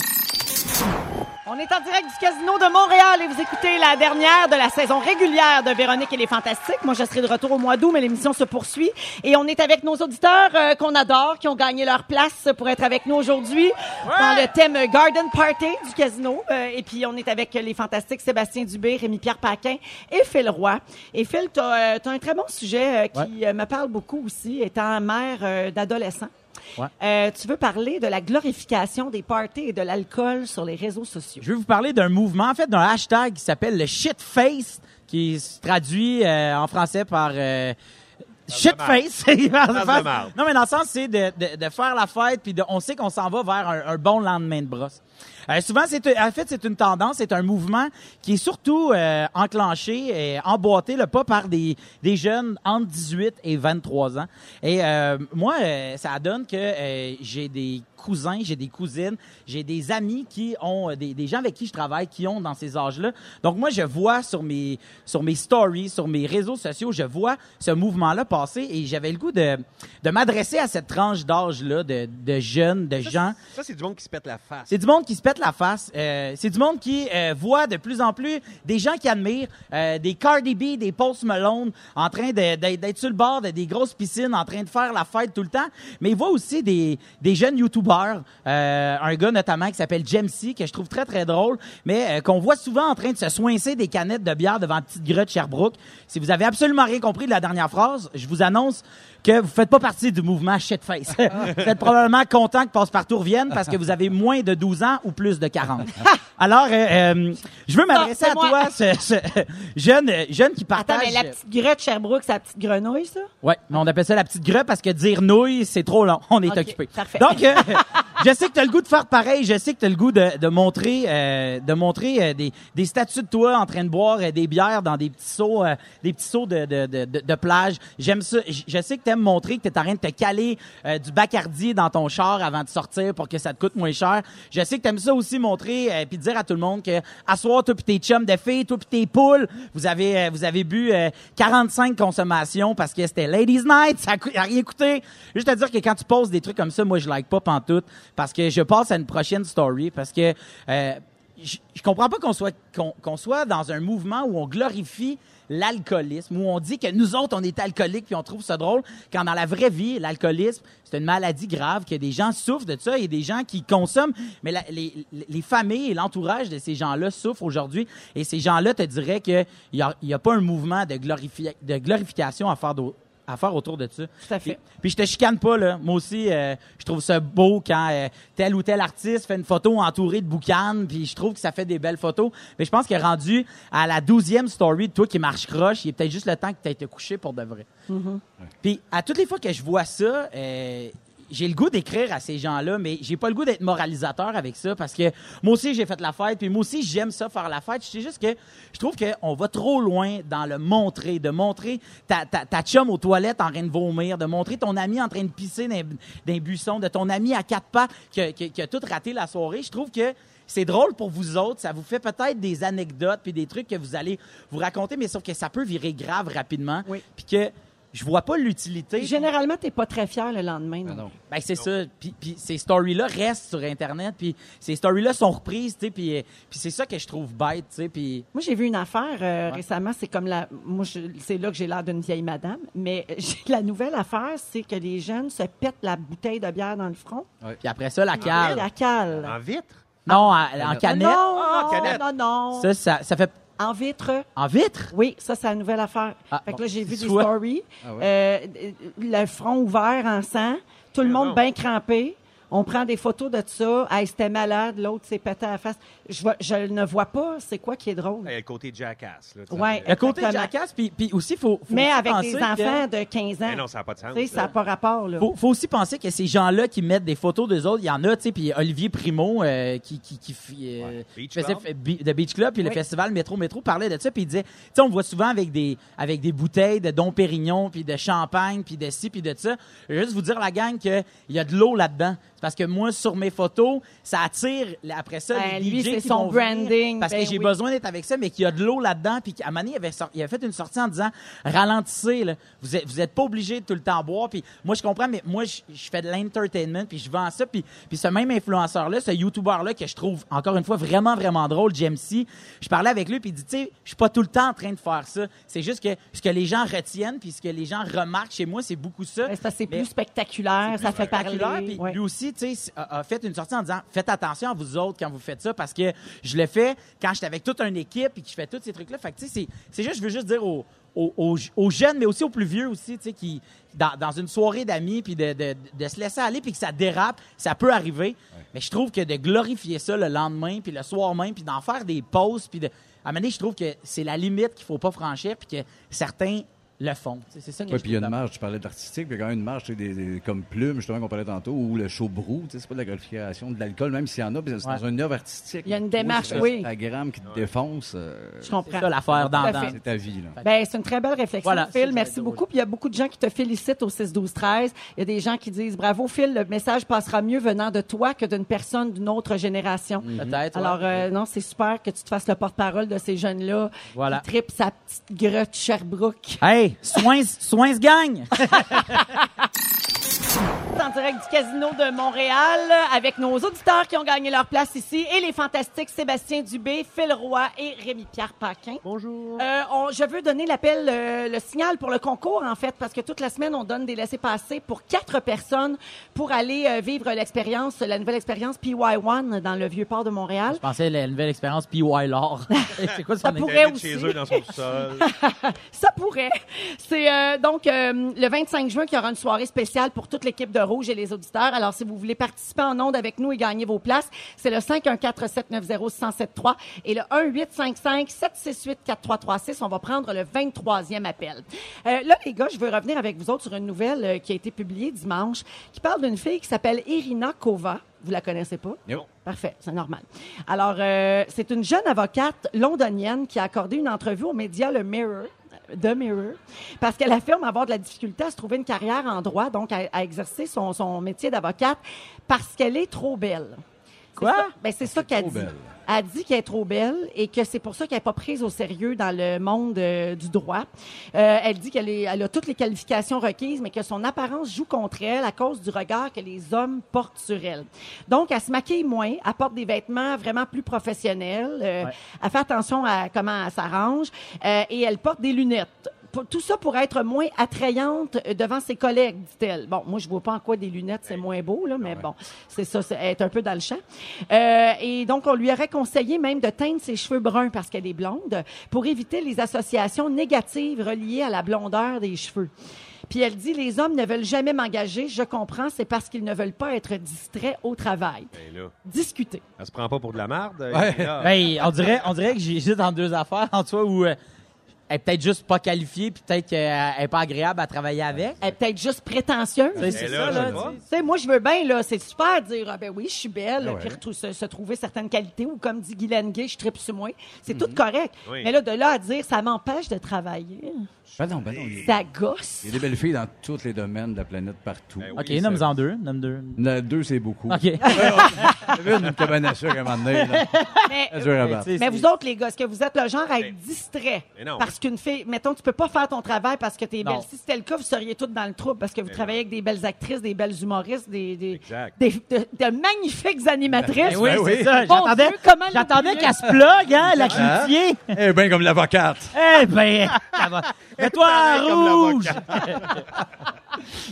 Speaker 1: On est en direct du Casino de Montréal et vous écoutez la dernière de la saison régulière de Véronique et les Fantastiques. Moi, je serai de retour au mois d'août, mais l'émission se poursuit. Et on est avec nos auditeurs euh, qu'on adore, qui ont gagné leur place pour être avec nous aujourd'hui dans le thème euh, Garden Party du Casino. Euh, et puis, on est avec les Fantastiques Sébastien Dubé, Rémi-Pierre Paquin et Phil Roy. Et Phil, tu as, un très bon sujet euh, qui euh, me parle beaucoup aussi, étant mère euh, d'adolescents.
Speaker 3: Ouais.
Speaker 1: Euh, tu veux parler de la glorification des parties et de l'alcool sur les réseaux sociaux.
Speaker 3: Je vais vous parler d'un mouvement, en fait, d'un hashtag qui s'appelle le shitface, qui se traduit euh, en français par euh, shitface.
Speaker 4: de marde.
Speaker 3: non, mais dans le sens, c'est de, de- de faire la fête, puis de- on sait qu'on s'en va vers un, un bon lendemain de brosse. Euh, souvent, c'est en fait, c'est une tendance, c'est un mouvement qui est surtout euh, enclenché et emboîté le pas par des, des jeunes entre 18 et 23 ans. Et euh, moi, euh, ça donne que euh, j'ai des cousins, j'ai des cousines, j'ai des amis qui ont euh, des, des gens avec qui je travaille qui ont dans ces âges-là. Donc moi, je vois sur mes sur mes stories, sur mes réseaux sociaux, je vois ce mouvement-là passer et j'avais le goût de de m'adresser à cette tranche d'âge-là de, de jeunes, de gens
Speaker 6: Ça, c'est du monde qui se pète la face.
Speaker 3: c'est du monde qui se pète la face. Euh, c'est du monde qui euh, voit de plus en plus des gens qui admirent, euh, des Cardi B, des Post Malone, en train de- de- d'être sur le bord de des grosses piscines, en train de faire la fête tout le temps. Mais il voit aussi des, des jeunes YouTubers, euh, un gars notamment qui s'appelle Jamesy, que je trouve très, très drôle, mais euh, qu'on voit souvent en train de se soincer des canettes de bière devant la Petite Grotte Sherbrooke. Si vous avez absolument rien compris de la dernière phrase, je vous annonce que vous faites pas partie du mouvement shit face.
Speaker 1: Ah.
Speaker 3: vous êtes probablement content que Passepartout revienne parce que vous avez moins de 12 ans ou plus de 40. Alors, euh, euh, je veux m'adresser
Speaker 1: c'est
Speaker 3: à
Speaker 1: moi.
Speaker 3: toi, ce, ce jeune, euh, jeune qui partage...
Speaker 1: Attends, mais la petite grette Sherbrooke, c'est la petite grenouille, ça?
Speaker 3: Ouais, mais on appelle ça la petite grue parce que dire nouille, c'est trop long. On est
Speaker 1: Ok,
Speaker 3: occupé.
Speaker 1: parfait.
Speaker 3: Donc, euh, je sais que t'as le goût de faire pareil. Je sais que t'as le goût de, de montrer, euh, de montrer euh, des, des statues de toi en train de boire euh, des bières dans des petits seaux, euh, des petits seaux de, de, de, de- de plage. J'aime ça. J- Je sais que t'aimes montrer que t'es en train de te caler euh, du bacardi dans ton char avant de sortir pour que ça te coûte moins cher. Je sais que t'aimes ça aussi montrer euh, puis dire à tout le monde que asseoir toi puis tes chums de filles, toi puis tes poules, vous avez euh, vous avez bu euh, 45 consommations parce que c'était ladies night, ça a cou- a rien coûté. Juste à dire que quand tu poses des trucs comme ça, moi je like pas pantoute parce que je passe à une prochaine story parce que euh, je je comprends pas qu'on soit qu'on qu'on soit dans un mouvement où on glorifie l'alcoolisme, où on dit que nous autres, on est alcooliques puis on trouve ça drôle, quand dans la vraie vie, l'alcoolisme, c'est une maladie grave, que des gens souffrent de ça, il y a des gens qui consomment, mais la- les, les- les familles et l'entourage de ces gens-là souffrent aujourd'hui, et ces gens-là te diraient qu'il n'y a, il y a pas un mouvement de, glorifi- de glorification à faire d'au- à faire autour de ça.
Speaker 1: Tout à fait.
Speaker 3: Puis, puis je te chicane pas, là. Moi aussi, euh, je trouve ça beau quand euh, tel ou tel artiste fait une photo entourée de boucanes, puis je trouve que ça fait des belles photos. Mais je pense que rendu à la douzième story de toi qui marche croche, il est peut-être juste le temps que tu été couché pour de vrai. Puis à toutes les fois que je vois ça, euh, j'ai le goût d'écrire à ces gens-là, mais j'ai pas le goût d'être moralisateur avec ça parce que moi aussi j'ai fait la fête, puis moi aussi j'aime ça faire la fête. C'est juste que je trouve qu'on va trop loin dans le montrer, de montrer ta, ta, ta chum aux toilettes en train de vomir, de montrer ton ami en train de pisser d'un buisson, de ton ami à quatre pas qui a- qui a- qui a tout raté la soirée. Je trouve que c'est drôle pour vous autres, ça vous fait peut-être des anecdotes puis des trucs que vous allez vous raconter, mais sauf que ça peut virer grave rapidement,
Speaker 1: Oui.
Speaker 3: puis que je vois pas l'utilité.
Speaker 1: Généralement, t'es pas très fier le lendemain. non?
Speaker 5: non.
Speaker 3: Ben c'est ça. Puis, puis ces stories-là restent sur Internet. Puis ces stories-là sont reprises, tu sais. Puis, euh, puis c'est ça que je trouve bête, tu sais. Puis
Speaker 1: Moi, j'ai vu une affaire euh, récemment. C'est comme la. Moi, je- c'est là que j'ai l'air d'une vieille madame. Mais j'ai- la nouvelle affaire, c'est que les jeunes se pètent la bouteille de bière dans le front.
Speaker 3: puis après ça, la Ah, cale.
Speaker 1: Ah, La cale.
Speaker 6: En vitre?
Speaker 3: Non, en, en canette.
Speaker 6: Ah,
Speaker 1: Non,
Speaker 6: canette.
Speaker 1: non, non, non.
Speaker 3: Ça, ça, ça fait
Speaker 1: En vitre.
Speaker 3: en vitre.
Speaker 1: Oui, ça, c'est la nouvelle affaire.
Speaker 3: Ah,
Speaker 1: fait que
Speaker 3: bon,
Speaker 1: là, j'ai vu
Speaker 3: c'est
Speaker 1: des
Speaker 3: soit-
Speaker 1: stories.
Speaker 5: Ah
Speaker 1: euh, le front ouvert en sang. Tout le
Speaker 3: Ah,
Speaker 1: monde bien crampé. On prend des photos de ça. Hey, c'était malade. L'autre s'est pété à la face. Je, vois- je ne vois pas. C'est quoi qui est drôle?
Speaker 6: Eh, le côté jackass. Là, tu sais.
Speaker 1: Ouais.
Speaker 3: Le côté
Speaker 1: Exactement.
Speaker 3: jackasse. Puis, puis aussi, faut, faut
Speaker 1: Mais
Speaker 3: aussi
Speaker 1: avec
Speaker 3: penser
Speaker 1: des
Speaker 3: que- Ben
Speaker 1: enfants de 15 ans.
Speaker 6: Mais non, ça n'a pas de sens.
Speaker 1: Tu sais, ça n'a pas rapport, là.
Speaker 3: Faut, faut aussi penser que ces gens-là qui mettent des photos d'eux autres, il y en a, tu sais, puis Olivier Primo euh, qui, qui, qui fi- euh,
Speaker 6: Beach
Speaker 3: faisait
Speaker 6: Club.
Speaker 3: f- bi- de Beach Club, puis le
Speaker 1: Oui.
Speaker 3: festival Métro Métro parlait de ça, puis il disait, tu sais, on voit souvent avec des, avec des bouteilles de Dom Pérignon, puis de champagne, puis de ci, puis de ça. Je veux juste vous dire, la gang, qu'il y a de l'eau là-dedans. C'est C'est parce que moi, sur mes photos, ça attire après ça
Speaker 1: Ben,
Speaker 3: les
Speaker 1: lui,
Speaker 3: DJ
Speaker 1: c'est
Speaker 3: qui
Speaker 1: son
Speaker 3: vont venir
Speaker 1: branding.
Speaker 3: parce
Speaker 1: Ben
Speaker 3: que j'ai
Speaker 1: oui.
Speaker 3: besoin d'être avec ça, mais qu'il y a de l'eau là-dedans. Puis qu'à un moment donné, il avait, sorti- il avait fait une sortie en disant ralentissez, là. vous êtes, vous êtes pas obligé de tout le temps boire. Puis moi, je comprends, mais moi, je, je fais de l'entertainment, puis je vends ça. Puis, puis ce même influenceur-là, ce YouTuber-là, que je trouve encore une fois vraiment, vraiment drôle, James C., je parlais avec lui, puis il dit tu sais, je suis pas tout le temps en train de faire ça. C'est juste que ce que les gens retiennent, puis ce que les gens remarquent chez moi, c'est beaucoup ça.
Speaker 1: Ben, c'est parce que c'est
Speaker 3: Mais-
Speaker 1: plus spectaculaire, ça fait
Speaker 3: spectaculaire,
Speaker 1: parler.
Speaker 3: puis
Speaker 1: Ouais.
Speaker 3: Lui aussi, tu sais, a, a fait une sortie en disant faites attention à vous autres quand vous faites ça parce que je le fais quand j'étais avec toute une équipe et que je fais tous ces trucs-là. Fait que tu sais, c'est- c'est juste, je veux juste dire aux, aux, aux- aux jeunes, mais aussi aux plus vieux aussi, tu sais, qui dans, dans une soirée d'amis puis de, de- de se laisser aller puis que ça dérape, ça peut arriver. Mais je trouve que de glorifier ça le lendemain puis le soir même puis d'en faire des pauses puis de à un moment donné, je trouve que c'est la limite qu'il faut pas franchir puis que certains le font. Tu sais, C'est ça que
Speaker 5: Ouais,
Speaker 3: je
Speaker 5: puis il y a
Speaker 3: trouve
Speaker 5: une marge, tu parlais d'artistique, puis il y a quand même une marge, tu sais, des, des- comme Plume, justement, qu'on parlait tantôt, ou le show brou, tu sais, c'est pas de la glorification de l'alcool, même s'il y en a, puis c'est dans
Speaker 3: Ouais.
Speaker 5: une œuvre artistique.
Speaker 1: Il y a une
Speaker 5: Moi,
Speaker 1: démarche,
Speaker 5: c'est
Speaker 1: oui.
Speaker 5: Ta gramme qui te défonce, euh,
Speaker 1: Je
Speaker 3: C'est
Speaker 1: comprends.
Speaker 3: ça l'affaire dans,
Speaker 1: Tout à
Speaker 3: dans-
Speaker 1: fait.
Speaker 5: c'est ta vie, là.
Speaker 1: Ben, c'est une très belle réflexion,
Speaker 3: Voilà, c'est ça
Speaker 1: Phil.
Speaker 3: que
Speaker 1: Merci
Speaker 3: j'avais
Speaker 1: beaucoup. Puis il y a beaucoup de gens qui te félicitent au 6-12-13. Il y a des gens qui disent bravo, Phil, le message passera mieux venant de toi que d'une personne d'une autre génération.
Speaker 3: Mm-hmm. Peut-être, ouais.
Speaker 1: Alors, euh, non, c'est super que tu te fasses le porte-parole de ces jeunes-là
Speaker 3: Voilà.
Speaker 1: qui tripent sa petite grotte Sherbrooke.
Speaker 3: Hey, soins, soins gagne!
Speaker 1: en direct du Casino de Montréal avec nos auditeurs qui ont gagné leur place ici et les fantastiques Sébastien Dubé, Phil Roy et Rémi-Pierre Paquin. Bonjour. je veux donner l'appel, euh, le signal pour le concours, en fait, parce que toute la semaine, on donne des laissés-passer pour quatre personnes pour aller euh, vivre l'expérience, la nouvelle expérience PY1 dans le Vieux-Port de Montréal.
Speaker 3: Je pensais à la nouvelle expérience PY Lord. C'est quoi
Speaker 1: Ça
Speaker 3: son
Speaker 1: pourrait
Speaker 6: Invite
Speaker 1: aussi.
Speaker 6: chez eux dans son sol.
Speaker 1: Ça pourrait. C'est euh, donc euh, le 25 juin qu'il y aura une soirée spéciale pour toute l'équipe de Rouge et les auditeurs. Alors, si vous voulez participer en ondes avec nous et gagner vos places, c'est le 514-790-1073 et le 1-855-768-4336. On va prendre le 23e appel. Euh, là, les gars, je veux revenir avec vous autres sur une nouvelle euh, qui a été publiée dimanche qui parle d'une fille qui s'appelle Irina Kova. Vous la connaissez pas?
Speaker 5: Non.
Speaker 1: Parfait, c'est normal. Alors, euh, c'est une jeune avocate londonienne qui a accordé une entrevue au média Le Mirror. euh, The Mirror, parce qu'elle affirme avoir de la difficulté à se trouver une carrière en droit, donc à, à exercer son, son métier d'avocate, parce qu'elle est trop belle. C'est
Speaker 3: Quoi?
Speaker 1: ça- Ben, c'est ça qu'elle
Speaker 5: Ah, trop
Speaker 1: dit.
Speaker 5: belle.
Speaker 1: Elle dit qu'elle est trop belle et que c'est pour ça qu'elle n'est pas prise au sérieux dans le monde euh, du droit. Euh, elle dit qu'elle est- elle a toutes les qualifications requises, mais que son apparence joue contre elle à cause du regard que les hommes portent sur elle. Donc, elle se maquille moins, elle porte des vêtements vraiment plus professionnels, euh, elle fait attention à comment elle s'arrange euh, et elle porte des lunettes. Pour- tout ça pour être moins attrayante euh, devant ses collègues, dit-elle. Bon, moi, je vois pas en quoi des lunettes, c'est moins beau, là, mais bon, c'est ça, c'est elle est un peu dans le champ. Euh, et donc, on lui aurait conseillé même de teindre ses cheveux bruns parce qu'elle est blonde pour éviter les associations négatives reliées à la blondeur des cheveux. Puis elle dit, les hommes ne veulent jamais m'engager, je comprends, c'est parce qu'ils ne veulent pas être distraits au travail.
Speaker 6: Ben là,
Speaker 1: Discuter.
Speaker 6: elle se prend pas pour de la marde. euh,
Speaker 5: Ouais.
Speaker 6: Irina.
Speaker 3: Ben, on dirait, on dirait que j'ai juste en deux affaires, en toi, où euh, elle est peut-être juste pas qualifiée, puis peut-être qu'elle est pas agréable à travailler avec.
Speaker 1: Elle est peut-être juste prétentieuse.
Speaker 6: Mais
Speaker 3: Tu sais, Ben, C'est
Speaker 6: là,
Speaker 3: ça,
Speaker 6: je
Speaker 3: là.
Speaker 6: sais pas.
Speaker 3: tu sais.
Speaker 1: Tu sais, moi, je veux bien, là, c'est super de dire, ah, ben oui, je suis belle,
Speaker 5: Ah ouais.
Speaker 1: puis retrou- se, se trouver certaines qualités, ou comme dit Guylaine Gay, je tripe sur moi. C'est tout correct.
Speaker 6: Mm-hmm. Oui.
Speaker 1: Mais là, de là à dire, ça m'empêche de travailler,
Speaker 5: Ben non, ben non. Il y a-
Speaker 1: ça gosse.
Speaker 5: il y a des belles filles dans tous les domaines de la planète, partout.
Speaker 6: Ben oui,
Speaker 3: OK,
Speaker 6: ça-
Speaker 3: nomme-en deux, nomme deux.
Speaker 5: Le- deux, c'est beaucoup.
Speaker 3: OK.
Speaker 5: J'avais une cabane à sucre à un moment donné, là.
Speaker 1: Mais,
Speaker 5: C'est dur à
Speaker 3: Tu
Speaker 5: battre.
Speaker 3: sais,
Speaker 1: mais
Speaker 3: c'est-
Speaker 1: vous autres, les gars, est-ce que vous êtes le genre à être distrait?
Speaker 6: Mais non.
Speaker 1: Parce qu'une fille, mettons, tu peux pas faire ton travail parce que t'es
Speaker 3: Non.
Speaker 1: belle. Si c'était le cas, vous seriez toutes dans le trouble parce que vous travaillez avec des belles actrices, des belles humoristes, des, des,
Speaker 6: Exact.
Speaker 1: des- de, de magnifiques animatrices.
Speaker 3: Ben oui,
Speaker 5: Ben oui.
Speaker 3: c'est ça.
Speaker 1: Mon
Speaker 3: J'attendais,
Speaker 1: Dieu, comment
Speaker 3: j'attendais
Speaker 1: l'oublier?
Speaker 3: qu'elle se plugue, hein, la critiquer.
Speaker 5: Eh ben, comme l'avocate.
Speaker 3: Eh ben, ça va. mets-toi
Speaker 6: Pareil comme
Speaker 3: en rouge.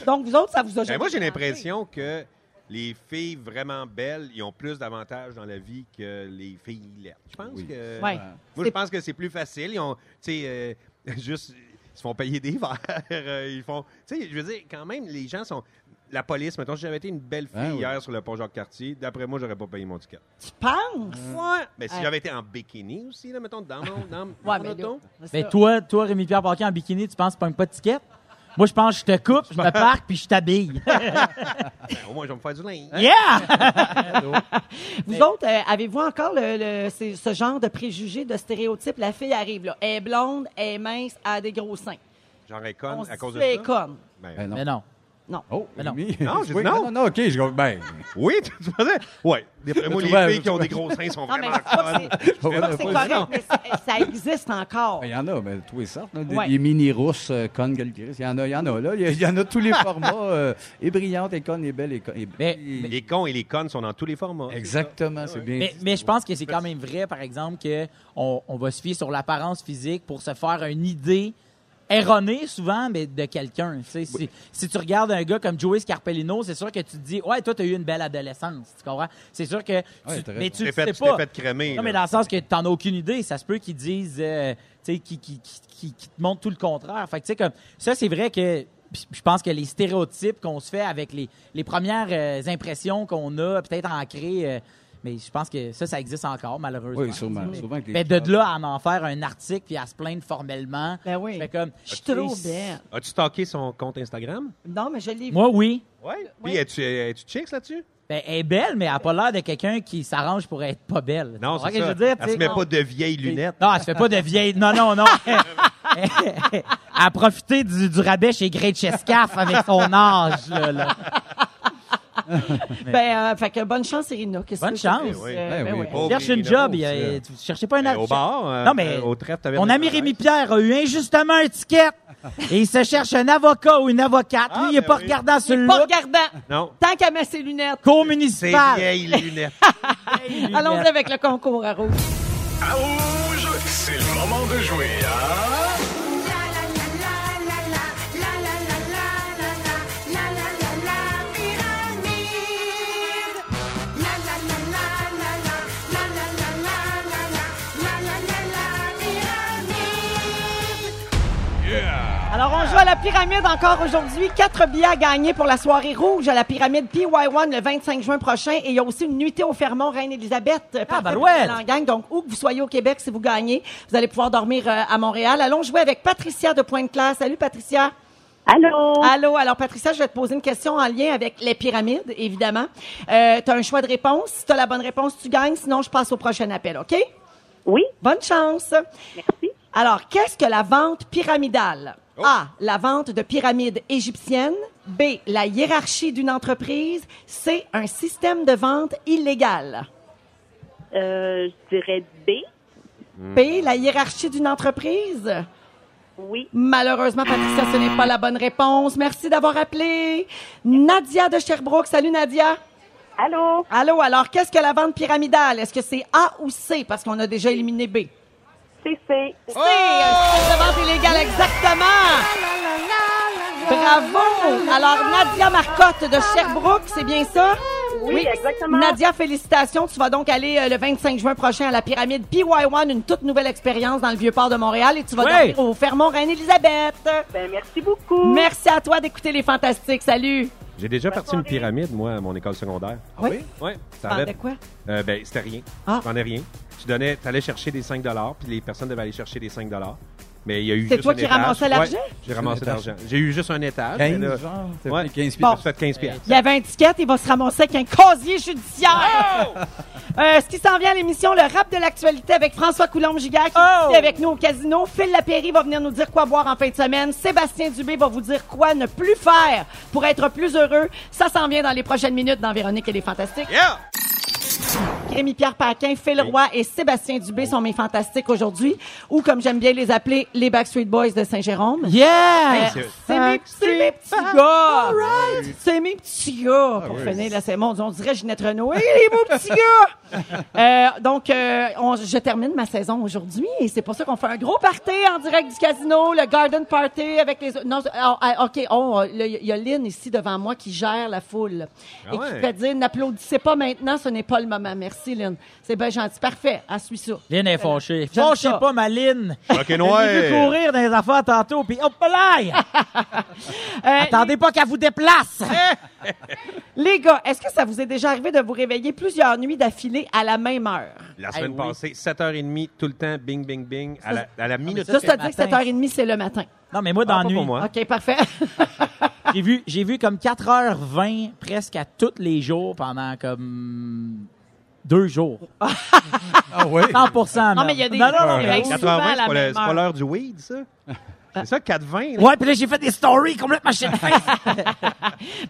Speaker 1: Donc, vous autres, ça vous a
Speaker 6: Ben,
Speaker 1: jamais
Speaker 6: moi, j'ai
Speaker 1: tenté?
Speaker 4: hein?
Speaker 6: l'impression que les filles vraiment belles, ils ont plus d'avantages dans la vie que les filles laides. Je pense
Speaker 5: Oui.
Speaker 6: que.
Speaker 1: Ouais.
Speaker 6: Moi,
Speaker 1: C'est-
Speaker 6: je pense que c'est plus facile. Ils ont, tu sais, euh, juste, ils se font payer des verres. euh, ils font, tu sais, je veux dire, quand même, les gens sont. La police, mettons, si j'avais été une belle fille
Speaker 5: Ah, oui.
Speaker 6: hier sur le pont Jacques-Cartier, d'après moi, j'aurais pas payé mon ticket.
Speaker 1: Tu penses?
Speaker 6: Ouais. Mais si
Speaker 1: Ouais.
Speaker 6: j'avais été en bikini aussi, là, mettons, dans mon, dans,
Speaker 1: Ouais,
Speaker 6: mon
Speaker 1: mais
Speaker 6: auto.
Speaker 1: là, c'est
Speaker 3: Mais
Speaker 1: ça.
Speaker 3: Ben, toi, toi, Rémi-Pierre Paquet en bikini, tu penses que tu pas de ticket? Moi, je pense que je te coupe, je me parque, puis je t'habille.
Speaker 6: ben, au moins, je vais me faire du linge.
Speaker 1: Hein?
Speaker 3: yeah!
Speaker 1: Vous autres, euh, avez-vous encore le, le- c'est- ce genre de préjugés, de stéréotypes? La fille arrive, là. Elle est blonde, elle est mince, elle a des gros seins.
Speaker 6: Genre, elle est conne
Speaker 1: On
Speaker 6: à
Speaker 1: se
Speaker 6: cause
Speaker 1: dit,
Speaker 6: de
Speaker 1: elle
Speaker 6: ça.
Speaker 1: est conne.
Speaker 6: Ben,
Speaker 5: Ben non.
Speaker 3: Mais non.
Speaker 1: Non.
Speaker 5: Oh,
Speaker 3: Ben non.
Speaker 5: Rémi.
Speaker 6: Non, j'ai dit
Speaker 5: Oui,
Speaker 6: non.
Speaker 5: non, non, OK. Je go- ben,
Speaker 6: Oui, tu tu pensais? Oui. D'après moi,
Speaker 5: Tu
Speaker 6: les
Speaker 5: vois,
Speaker 6: filles
Speaker 5: tu
Speaker 6: qui ont
Speaker 5: vois.
Speaker 6: des gros seins sont
Speaker 1: Non, Ah, mais
Speaker 6: vraiment
Speaker 1: c'est pas que c'est-
Speaker 5: je vais
Speaker 1: c'est
Speaker 5: pas
Speaker 1: correct,
Speaker 5: dire non.
Speaker 1: mais ça- ça existe encore.
Speaker 5: Ben, Il y en a, mais tous les sortes. là, des-
Speaker 1: Ouais.
Speaker 5: Des mini-rousses, euh, connes, calcaires, Il y en a, il y en a, là. Il y, a- il y en a tous les formats. euh, et brillantes, et connes, et belles, et connes. et-
Speaker 3: Mais-
Speaker 5: et-
Speaker 6: Les cons et les connes sont dans tous les formats.
Speaker 5: Exactement, c'est bien.
Speaker 3: Mais,
Speaker 5: dit.
Speaker 3: mais je pense que c'est quand même vrai, par exemple, qu'on on va se fier sur l'apparence physique pour se faire une idée erronée, souvent, mais de quelqu'un. Tu sais, si, si tu regardes un gars comme Joey Scarpellino, c'est sûr que tu te dis, ouais, toi, t'as eu une belle adolescence. Tu comprends? C'est sûr que. tu-
Speaker 5: Ouais, t'as
Speaker 3: mais tu
Speaker 5: raison.
Speaker 6: Tu
Speaker 3: le
Speaker 6: t'es
Speaker 3: sais
Speaker 6: fait, tu t'es
Speaker 3: pas.
Speaker 6: fait crémer.
Speaker 3: Non,
Speaker 6: là.
Speaker 3: mais dans le sens que t'en as aucune idée. Ça se peut qu'ils disent, euh, tu sais, qu'ils qu'ils- qu'ils- qu'ils- qu'ils te montrent tout le contraire. Fait que, tu sais, comme, ça, c'est vrai que puis je pense que les stéréotypes qu'on se fait avec les, les premières euh, impressions qu'on a, peut-être ancrées, euh, mais je pense que ça, ça existe encore, malheureusement.
Speaker 5: Oui, sûrement.
Speaker 3: Mais,
Speaker 5: Souvent que les-
Speaker 3: mais de là à en faire un article puis à se plaindre formellement.
Speaker 1: Ben oui.
Speaker 3: Je fais comme.
Speaker 1: Je suis trop
Speaker 3: Chris.
Speaker 1: belle.
Speaker 6: As-tu stalké son compte Instagram?
Speaker 1: Non, mais je l'ai vu.
Speaker 3: Moi, oui.
Speaker 6: Oui.
Speaker 1: Euh,
Speaker 6: Puis, es-tu es-tu chicks là-dessus?
Speaker 3: Ben, elle est belle, mais elle n'a pas l'air de quelqu'un qui s'arrange pour être pas
Speaker 6: Non,
Speaker 3: belle. Tu
Speaker 6: c'est
Speaker 3: comprends ce que
Speaker 6: ça.
Speaker 3: je veux dire,
Speaker 6: Elle
Speaker 3: tu
Speaker 6: se
Speaker 3: sais?
Speaker 6: met
Speaker 3: Non.
Speaker 6: pas de vieilles lunettes.
Speaker 3: Non, elle se fait pas de vieille. Non, non, non. elle a profité du, du rabais chez Great Chescaf avec son âge. Là, là.
Speaker 1: Ben, euh, fait que bonne chance, Irina. Qu'est-ce
Speaker 3: Bonne
Speaker 1: que tu
Speaker 3: chance.
Speaker 1: veux?
Speaker 6: Oui.
Speaker 1: Euh,
Speaker 5: Ben oui.
Speaker 1: ouais.
Speaker 6: Oh, Pauvre
Speaker 3: Cherche une
Speaker 6: Irina Rose,
Speaker 3: job. il y a-
Speaker 6: euh,
Speaker 3: tu cherchais pas un
Speaker 6: Ben, au bar, euh,
Speaker 3: Non, mais
Speaker 6: au trèfle, t'avais
Speaker 3: Mon
Speaker 6: des
Speaker 3: ami
Speaker 6: travails.
Speaker 3: Rémi Pierre a eu injustement un ticket et il se cherche un avocat ou une avocate. Lui,
Speaker 6: Ah,
Speaker 3: il est
Speaker 6: ben
Speaker 3: pas
Speaker 6: oui.
Speaker 3: regardant sur le
Speaker 1: Pas
Speaker 3: look.
Speaker 1: regardant.
Speaker 6: Non.
Speaker 1: Tant qu'à mettre ses lunettes.
Speaker 3: Cours
Speaker 6: C'est
Speaker 3: municipal.
Speaker 6: vieilles lunettes.
Speaker 1: Allons-y avec le concours à rouge.
Speaker 7: À rouge, c'est le moment de jouer à...
Speaker 1: Alors, on joue à la pyramide encore aujourd'hui. Quatre billets à gagner pour la soirée rouge à la pyramide PY1 le 25 juin prochain. Et il y a aussi une nuitée au Fermont, Reine-Élisabeth. euh, par
Speaker 3: ben
Speaker 1: Philippe
Speaker 3: ouais.
Speaker 1: Langagne. Donc, où que vous soyez au Québec, si vous gagnez, vous allez pouvoir dormir euh, à Montréal. Allons jouer avec Patricia de Pointe-Claire. Salut, Patricia.
Speaker 8: Allô?
Speaker 1: Allô, alors Patricia, je vais te poser une question en lien avec les pyramides, évidemment. Euh, tu as un choix de réponse. Si tu as la bonne réponse, tu gagnes. Sinon, je passe au prochain appel, OK?
Speaker 8: Oui?
Speaker 1: Bonne chance.
Speaker 8: Merci.
Speaker 1: Alors, qu'est-ce que la vente pyramidale? A. La vente de pyramides égyptiennes. B. La hiérarchie d'une entreprise. C. Un système de vente illégal.
Speaker 8: Euh, je dirais B.
Speaker 1: B. La hiérarchie d'une entreprise.
Speaker 8: Oui.
Speaker 1: Malheureusement, Patricia, ce n'est pas la bonne réponse. Merci d'avoir appelé. Nadia de Sherbrooke. Salut, Nadia.
Speaker 8: Allô?
Speaker 1: Allô, alors qu'est-ce que la vente pyramidale? Est-ce que c'est A ou C? Parce qu'on a déjà éliminé B.
Speaker 8: C'est C.
Speaker 1: C, un système de vente illégale, exactement! Bravo! Alors, Nadia Marcotte de Sherbrooke, c'est bien ça?
Speaker 8: Oui, exactement.
Speaker 1: Nadia, félicitations. Tu vas donc aller euh, le 25 juin prochain à la pyramide PY1, une toute nouvelle expérience dans le Vieux-Port de Montréal. Et tu vas
Speaker 3: Ouais.
Speaker 1: dormir au Fermont Reine-Élisabeth.
Speaker 8: Ben, merci beaucoup.
Speaker 1: Merci à toi d'écouter Les Fantastiques. Salut!
Speaker 6: J'ai déjà parti une pyramide, moi, à mon école secondaire.
Speaker 5: Ah oui?
Speaker 6: Oui.
Speaker 1: Vendais quoi?
Speaker 6: Euh, ben, c'était rien.
Speaker 1: Ah.
Speaker 6: T'en as rien. Tu donnais, t'allais chercher des 5 puis les personnes devaient aller chercher des 5 Mais il y a eu
Speaker 1: C'est
Speaker 6: juste
Speaker 1: toi
Speaker 6: un
Speaker 1: qui
Speaker 6: étage.
Speaker 1: ramassais
Speaker 6: Ouais,
Speaker 1: l'argent?
Speaker 6: J'ai ramassé
Speaker 5: Un étage.
Speaker 6: l'argent. J'ai eu juste un étage. mais
Speaker 5: 15,
Speaker 6: là,
Speaker 5: genre. t'as
Speaker 6: ouais.
Speaker 5: pris 15
Speaker 1: Bon.
Speaker 6: Tu fais 15 piastres.
Speaker 1: Il y avait un ticket, il va se ramasser avec un casier judiciaire. Euh, ce qui s'en vient à l'émission, le rap de l'actualité avec François Coulombe-Giga qui est ici avec nous au casino. Phil Lapéry va venir nous dire quoi boire en fin de semaine. Sébastien Dubé va vous dire quoi ne plus faire pour être plus heureux. Ça s'en vient dans les prochaines minutes dans Véronique et les Fantastiques.
Speaker 6: Yeah!
Speaker 1: Rémi-Pierre Paquin, Phil Roy et Sébastien Dubé sont mes Fantastiques aujourd'hui. Ou comme j'aime bien les appeler, les Backstreet Boys de Saint-Jérôme.
Speaker 3: Yeah!
Speaker 6: C'est-
Speaker 1: C'est mes, c'est mes petits gars. C'est mes petits gars.
Speaker 6: Ah
Speaker 1: Pour finir, là, c'est mon on dirait Ginette Renault. Hey, les beaux petits gars! Euh, donc, euh, on- je termine ma saison aujourd'hui et c'est pour ça qu'on fait un gros party en direct du casino, le Garden Party avec les autres. Non, c'est- ah, ah, OK, oh, là, il y a Lynn ici devant moi qui gère la foule
Speaker 6: Ah
Speaker 1: et qui
Speaker 6: ouais.
Speaker 1: fait dire n'applaudissez pas maintenant, ce n'est pas le moment. Merci, Lynn. C'est bien gentil. Parfait. À suis ça. Euh,
Speaker 3: Lynn est fâchée.
Speaker 1: J'aime
Speaker 3: Fâchée
Speaker 1: ça.
Speaker 3: pas, ma Lynn.
Speaker 6: Ok, noir.
Speaker 3: J'ai vu courir dans les affaires tantôt, puis hop là!
Speaker 1: Euh,
Speaker 3: Attendez pas qu'elle vous déplace!
Speaker 1: Les gars, est-ce que ça vous est déjà arrivé de vous réveiller plusieurs nuits d'affilée à la même heure?
Speaker 6: La
Speaker 3: Hey,
Speaker 6: semaine
Speaker 3: oui.
Speaker 6: passée, 7h30, tout le temps, bing, bing, bing, à la, à la minute.
Speaker 1: Juste te
Speaker 3: le
Speaker 1: dire que
Speaker 3: matin.
Speaker 1: 7h30, c'est le matin.
Speaker 3: Non, mais moi,
Speaker 6: Ah,
Speaker 3: dans
Speaker 6: pas
Speaker 3: la nuit,
Speaker 6: pour moi.
Speaker 1: OK, parfait.
Speaker 3: j'ai vu, j'ai vu comme 4h20 presque à tous les jours pendant comme deux jours.
Speaker 5: Ah oui?
Speaker 3: 100
Speaker 1: Non, mais il y a des
Speaker 3: Non, non,
Speaker 1: gens
Speaker 3: non,
Speaker 1: qui
Speaker 3: non.
Speaker 1: réveillent souvent
Speaker 6: 80,
Speaker 1: à
Speaker 6: c'est
Speaker 1: la
Speaker 6: pas le-
Speaker 1: même
Speaker 6: c'est pas
Speaker 1: heure.
Speaker 6: l'heure du weed, ça? C'est ça, 4-20.
Speaker 3: Ouais, puis là, j'ai fait des stories complètement shit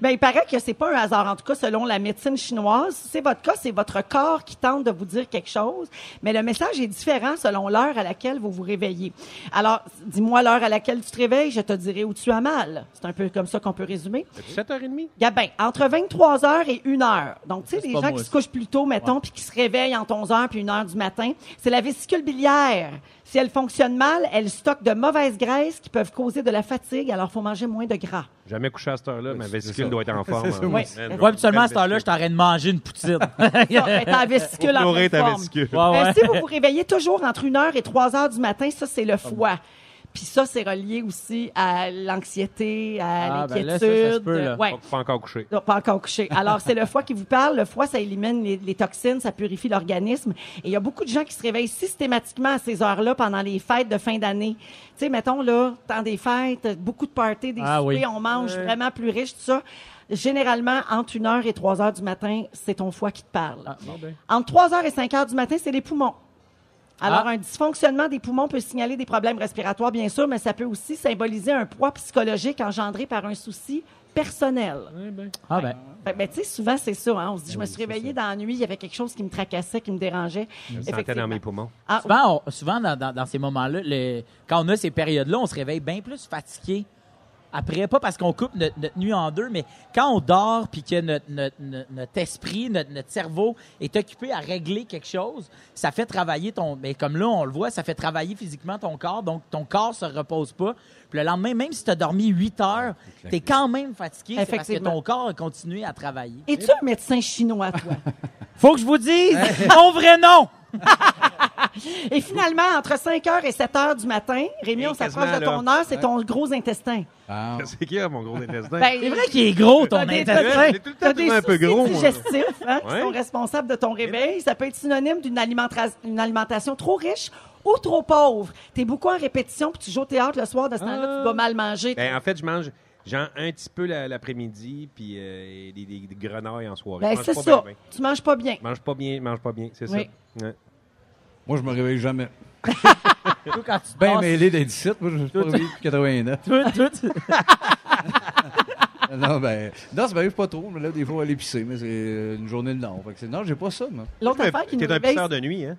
Speaker 1: Ben, il paraît que c'est pas un hasard. En tout cas, selon la médecine chinoise, si c'est votre cas, c'est votre corps qui tente de vous dire quelque chose, mais le message est différent selon l'heure à laquelle vous vous réveillez. Alors, dis-moi l'heure à laquelle tu te réveilles, je te dirai où tu as mal. C'est un peu comme ça qu'on peut résumer.
Speaker 6: 7h30.
Speaker 1: Gabin, ben, entre 23h et 1h. Donc, tu sais, les
Speaker 3: pas
Speaker 1: gens
Speaker 3: moi,
Speaker 1: qui se
Speaker 3: ça.
Speaker 1: couchent plus tôt, mettons, puis qui se réveillent entre 11h puis 1h du matin, c'est la vésicule biliaire. Si elle fonctionne mal, elle stocke de mauvaises graisses qui peuvent causer de la fatigue, alors faut manger moins de gras.
Speaker 6: Jamais couché à cette heure-là, ma
Speaker 5: ça.
Speaker 6: vésicule doit être en forme.
Speaker 5: ça,
Speaker 6: hein.
Speaker 5: oui.
Speaker 6: Man,
Speaker 3: Ouais, puis seulement à cette
Speaker 6: belle
Speaker 3: heure-là, je suis en train de manger une poutine.
Speaker 1: Ça, ben, ta vésicule en
Speaker 6: Pleurer
Speaker 1: pleine
Speaker 6: ta
Speaker 1: forme.
Speaker 6: vésicule.
Speaker 3: Ouais, ouais.
Speaker 1: Ben, si vous vous réveillez toujours entre 1h et 3h du matin, ça, c'est le foie. Puis ça, c'est relié aussi à l'anxiété, à
Speaker 3: Ah, ben là, ça, ça se
Speaker 1: l'inquiétude.
Speaker 3: peut, là.
Speaker 1: Ouais.
Speaker 6: Pas encore couché.
Speaker 1: Non, pas encore couché. Alors, c'est le foie qui vous parle. Le foie, ça élimine les, les toxines, ça purifie l'organisme. Et il y a beaucoup de gens qui se réveillent systématiquement à ces heures-là pendant les fêtes de fin d'année. Tu sais, mettons, là, temps des fêtes, beaucoup de parties, des
Speaker 3: Ah
Speaker 1: soupers,
Speaker 3: oui.
Speaker 1: on mange vraiment plus riche, tout ça. Généralement, entre 1h et 3h du matin, c'est ton foie qui te parle.
Speaker 3: Ah, ben.
Speaker 1: Entre 3h et 5h du matin, c'est les poumons. Alors,
Speaker 3: Ah.
Speaker 1: un dysfonctionnement des poumons peut signaler des problèmes respiratoires, bien sûr, mais ça peut aussi symboliser un poids psychologique engendré par un souci personnel.
Speaker 3: Ah ben,
Speaker 1: Ben, ben, tu sais, souvent, c'est ça. Hein? On se dit, je me suis réveillée dans la nuit, il y avait quelque chose qui me tracassait, qui me dérangeait.
Speaker 6: Je sentais dans mes
Speaker 1: Effectivement.
Speaker 6: poumons.
Speaker 1: Ah, oui.
Speaker 3: souvent, on- souvent dans, dans- dans ces moments-là, le- quand on a ces périodes-là, on se réveille bien plus fatigué. Après, pas parce qu'on coupe notre, notre nuit en deux, mais quand on dort puis que notre, notre- notre- notre esprit, notre, notre cerveau est occupé à régler quelque chose, ça fait travailler ton. Mais comme là, on le voit, ça fait travailler physiquement ton corps, donc ton corps se repose pas. Puis le lendemain, même si tu as dormi 8 heures, tu es quand même fatigué. c'est parce que
Speaker 1: Effectivement.
Speaker 3: ton corps a continué à travailler.
Speaker 1: Es-tu un médecin chinois, toi?
Speaker 3: Faut que je vous dise mon vrai nom!
Speaker 1: et finalement, entre 5h et 7h du matin, Rémi,
Speaker 6: Et
Speaker 1: on s'approche
Speaker 6: quasiment,
Speaker 1: de ton heure, c'est ton gros intestin.
Speaker 5: Ah,
Speaker 6: C'est qui, hein, mon gros intestin?
Speaker 1: Ben,
Speaker 3: C'est vrai qu'il est gros, ton
Speaker 1: T'as des-
Speaker 3: intestin.
Speaker 6: J'ai tout le temps
Speaker 1: T'as
Speaker 6: trouvé
Speaker 1: des
Speaker 6: un peu
Speaker 1: soucis
Speaker 6: gros, moi.
Speaker 1: digestifs hein, qui
Speaker 6: Ouais.
Speaker 1: sont responsables de ton réveil. Ça peut être synonyme d'une alimenta- une alimentation trop riche ou trop pauvre. T'es beaucoup en répétition, puis tu joues au théâtre le soir, de ce temps-là, tu vas mal manger.
Speaker 6: Ben, en fait, je mange genre un petit peu la- l'après-midi, puis euh, des, des- des grenouilles en soirée.
Speaker 1: Ben,
Speaker 6: je mange
Speaker 1: c'est
Speaker 6: pas
Speaker 1: ça.
Speaker 6: ben, ben.
Speaker 1: Tu manges pas bien.
Speaker 6: Je mange pas bien, je mange pas bien, c'est
Speaker 1: Oui.
Speaker 6: ça. Ouais.
Speaker 5: moi, je me réveille jamais.
Speaker 3: Toi, quand tu
Speaker 5: Ben
Speaker 3: danses,
Speaker 5: mêlé d'être ici. Moi, je suis pas réveillé depuis 89.
Speaker 3: toi- toi, tu-
Speaker 5: non, ben, non, ça m'arrive pas trop. Mais là, des fois, aller pisser, mais c'est euh, une journée de non. Fait que c'est- non, j'ai pas ça, moi.
Speaker 1: L'autre
Speaker 6: Mais
Speaker 1: affaire qui nous
Speaker 6: T'es un
Speaker 1: réveille,
Speaker 6: pisseur de nuit, hein?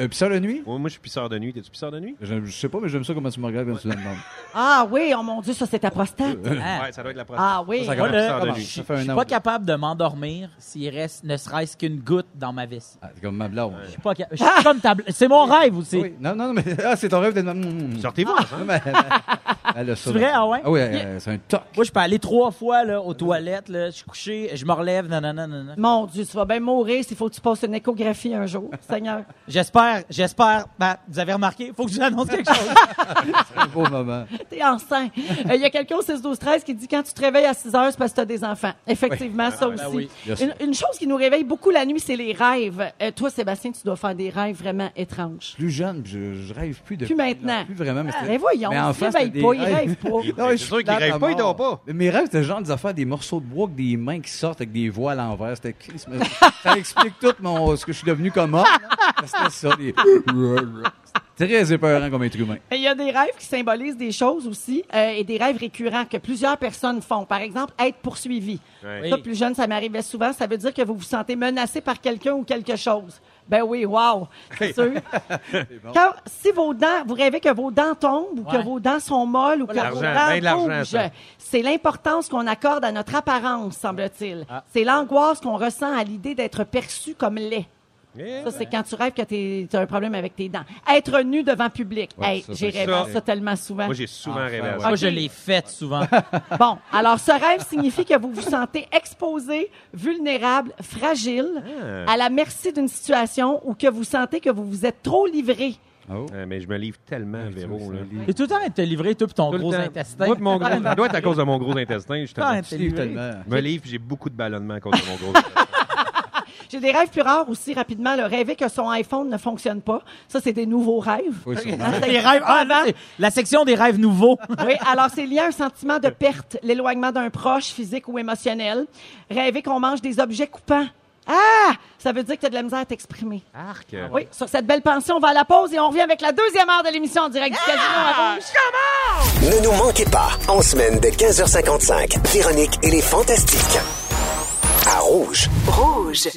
Speaker 5: Euh, pisseur la nuit?
Speaker 6: Moi, moi, je suis pisseur de nuit. T'es-tu pisseur de nuit?
Speaker 5: Je, je sais pas, mais j'aime ça comment tu me regardes quand tu me demandes.
Speaker 1: Ah oui, oh mon Dieu, ça c'est ta prostate.
Speaker 3: Ah.
Speaker 6: Ouais, ça doit être la prochaine.
Speaker 1: Ah oui.
Speaker 5: Euh, Ça
Speaker 3: Moi,
Speaker 5: commence.
Speaker 3: là,
Speaker 6: pisseur de
Speaker 5: commence.
Speaker 6: nuit.
Speaker 5: Ça fait
Speaker 3: Je suis
Speaker 5: un an.
Speaker 3: pas capable de m'endormir s'il reste ne serait-ce qu'une goutte dans ma vessie.
Speaker 5: Ah, c'est comme ma blonde.
Speaker 3: Je suis pas capable. comme ta bl- C'est mon rêve aussi.
Speaker 5: Oui. Non, non, non, mais ah, c'est ton rêve d'être. Mm, mm.
Speaker 6: Sortez-vous
Speaker 5: Non,
Speaker 6: ensemble.
Speaker 5: mais elle a- elle a ça.
Speaker 3: vrai, ah ouais?
Speaker 5: Ah oui, euh, c'est un toc.
Speaker 3: Moi, je peux aller trois fois là, aux toilettes. Là. Je suis couché, je me relève. Non, non, non, non, non.
Speaker 1: Oh, Mon Dieu, tu vas bien mourir s'il faut que tu passes une échographie un jour, Seigneur.
Speaker 3: J'espère, j'espère. Ben, vous avez remarqué, faut que je vous annonce quelque chose.
Speaker 5: Un beau moment.
Speaker 1: T'es enceinte. Euh, Il y a quelqu'un au 6 12 13 qui dit quand tu te réveilles à 6 heures, c'est parce que t'as des enfants. Effectivement, ça aussi.
Speaker 3: oui,
Speaker 5: Ah, ben bien sûr.
Speaker 1: une, une chose qui nous réveille beaucoup la nuit, c'est les rêves. Euh, toi, Sébastien, tu dois faire des rêves vraiment étranges.
Speaker 5: Plus jeune, puis je, je rêve plus de.
Speaker 1: Plus maintenant. Ah,
Speaker 5: Plus vraiment. Mais, c'était-
Speaker 1: Mais voyons,
Speaker 5: mais
Speaker 1: ils se
Speaker 5: enfant,
Speaker 1: réveillent
Speaker 5: c'était
Speaker 1: pas,
Speaker 5: des
Speaker 1: ils rêvent pas.
Speaker 5: Non,
Speaker 6: C'est
Speaker 5: je
Speaker 6: sûr
Speaker 5: suis
Speaker 6: qu'ils
Speaker 5: plate
Speaker 6: rêvent
Speaker 5: à
Speaker 6: pas, ils
Speaker 5: mort.
Speaker 6: dorment pas.
Speaker 5: Mais Mes rêves, c'était genre des affaires, des morceaux de bois avec des mains qui sortent avec des voiles à l'envers. C'était Christ, mais Ça explique tout mon, ce que je suis devenu comme homme. là. C'était ça. des- C'était Très épeurant comme être humain.
Speaker 1: Et Il y a des rêves qui symbolisent des choses aussi euh, et des rêves récurrents que plusieurs personnes font. Par exemple, être poursuivi.
Speaker 6: Ouais.
Speaker 1: Ça, plus jeune, ça m'arrivait souvent. Ça veut dire que vous vous sentez menacé par quelqu'un ou quelque chose. Ben oui, wow, c'est sûr. Quand, si vos dents, vous rêvez que vos dents tombent ou que
Speaker 3: Ouais.
Speaker 1: vos dents sont molles ou que
Speaker 6: l'argent,
Speaker 1: vos
Speaker 6: ben de
Speaker 1: dents
Speaker 6: l'argent,
Speaker 1: bougent,
Speaker 6: ça.
Speaker 1: c'est l'importance qu'on accorde à notre apparence, semble-t-il. C'est l'angoisse qu'on ressent à l'idée d'être perçu comme laid.
Speaker 6: Eh,
Speaker 1: Ça, c'est quand tu rêves que tu as un problème avec tes dents. Être nu devant public.
Speaker 5: Ouais,
Speaker 1: Hey,
Speaker 5: ça,
Speaker 1: j'ai
Speaker 5: ça,
Speaker 1: rêvé
Speaker 6: ça.
Speaker 1: à ça tellement souvent.
Speaker 6: Moi, j'ai souvent rêvé à
Speaker 3: Moi,
Speaker 6: ça.
Speaker 3: je l'ai fait souvent.
Speaker 1: Bon, alors ce rêve signifie que vous vous sentez exposé, vulnérable, fragile,
Speaker 5: Ah.
Speaker 1: à la merci d'une situation ou que vous sentez que vous vous êtes trop livré.
Speaker 5: Oh.
Speaker 6: Euh, mais je me livre
Speaker 5: Ben,
Speaker 6: tellement, Véro. Là.
Speaker 3: T'es tout le temps à te livrer, toi, pis ton
Speaker 6: Tout le
Speaker 3: gros
Speaker 6: temps.
Speaker 3: intestin.
Speaker 6: Moi, pis mon gros- Ça doit être à cause de mon gros intestin, justement.
Speaker 3: Tout
Speaker 5: Je
Speaker 3: le
Speaker 5: livre
Speaker 3: temps à te livrer.
Speaker 5: tellement.
Speaker 6: Je me livre, puis j'ai beaucoup de ballonnements à cause de mon gros intestin.
Speaker 1: J'ai des rêves plus rares aussi rapidement. Le rêver que son iPhone ne fonctionne pas, ça c'est des nouveaux rêves.
Speaker 5: Oui, sûrement.
Speaker 1: Hein,
Speaker 3: Les rêves, ah, non, c'est la section des rêves nouveaux.
Speaker 1: Oui, alors c'est lié à un sentiment de perte, l'éloignement d'un proche, physique ou émotionnel. Rêver qu'on mange des objets coupants. Ah! Ça veut dire que tu as de la misère à t'exprimer.
Speaker 6: Arc.
Speaker 1: Oui, sur cette belle pensée, on va à la pause et on revient avec la deuxième heure de l'émission en direct du Casino à Rouge.
Speaker 9: Ne nous manquez pas, en semaine de 15h55, Véronique et les Fantastiques. À Rouge. Rouge.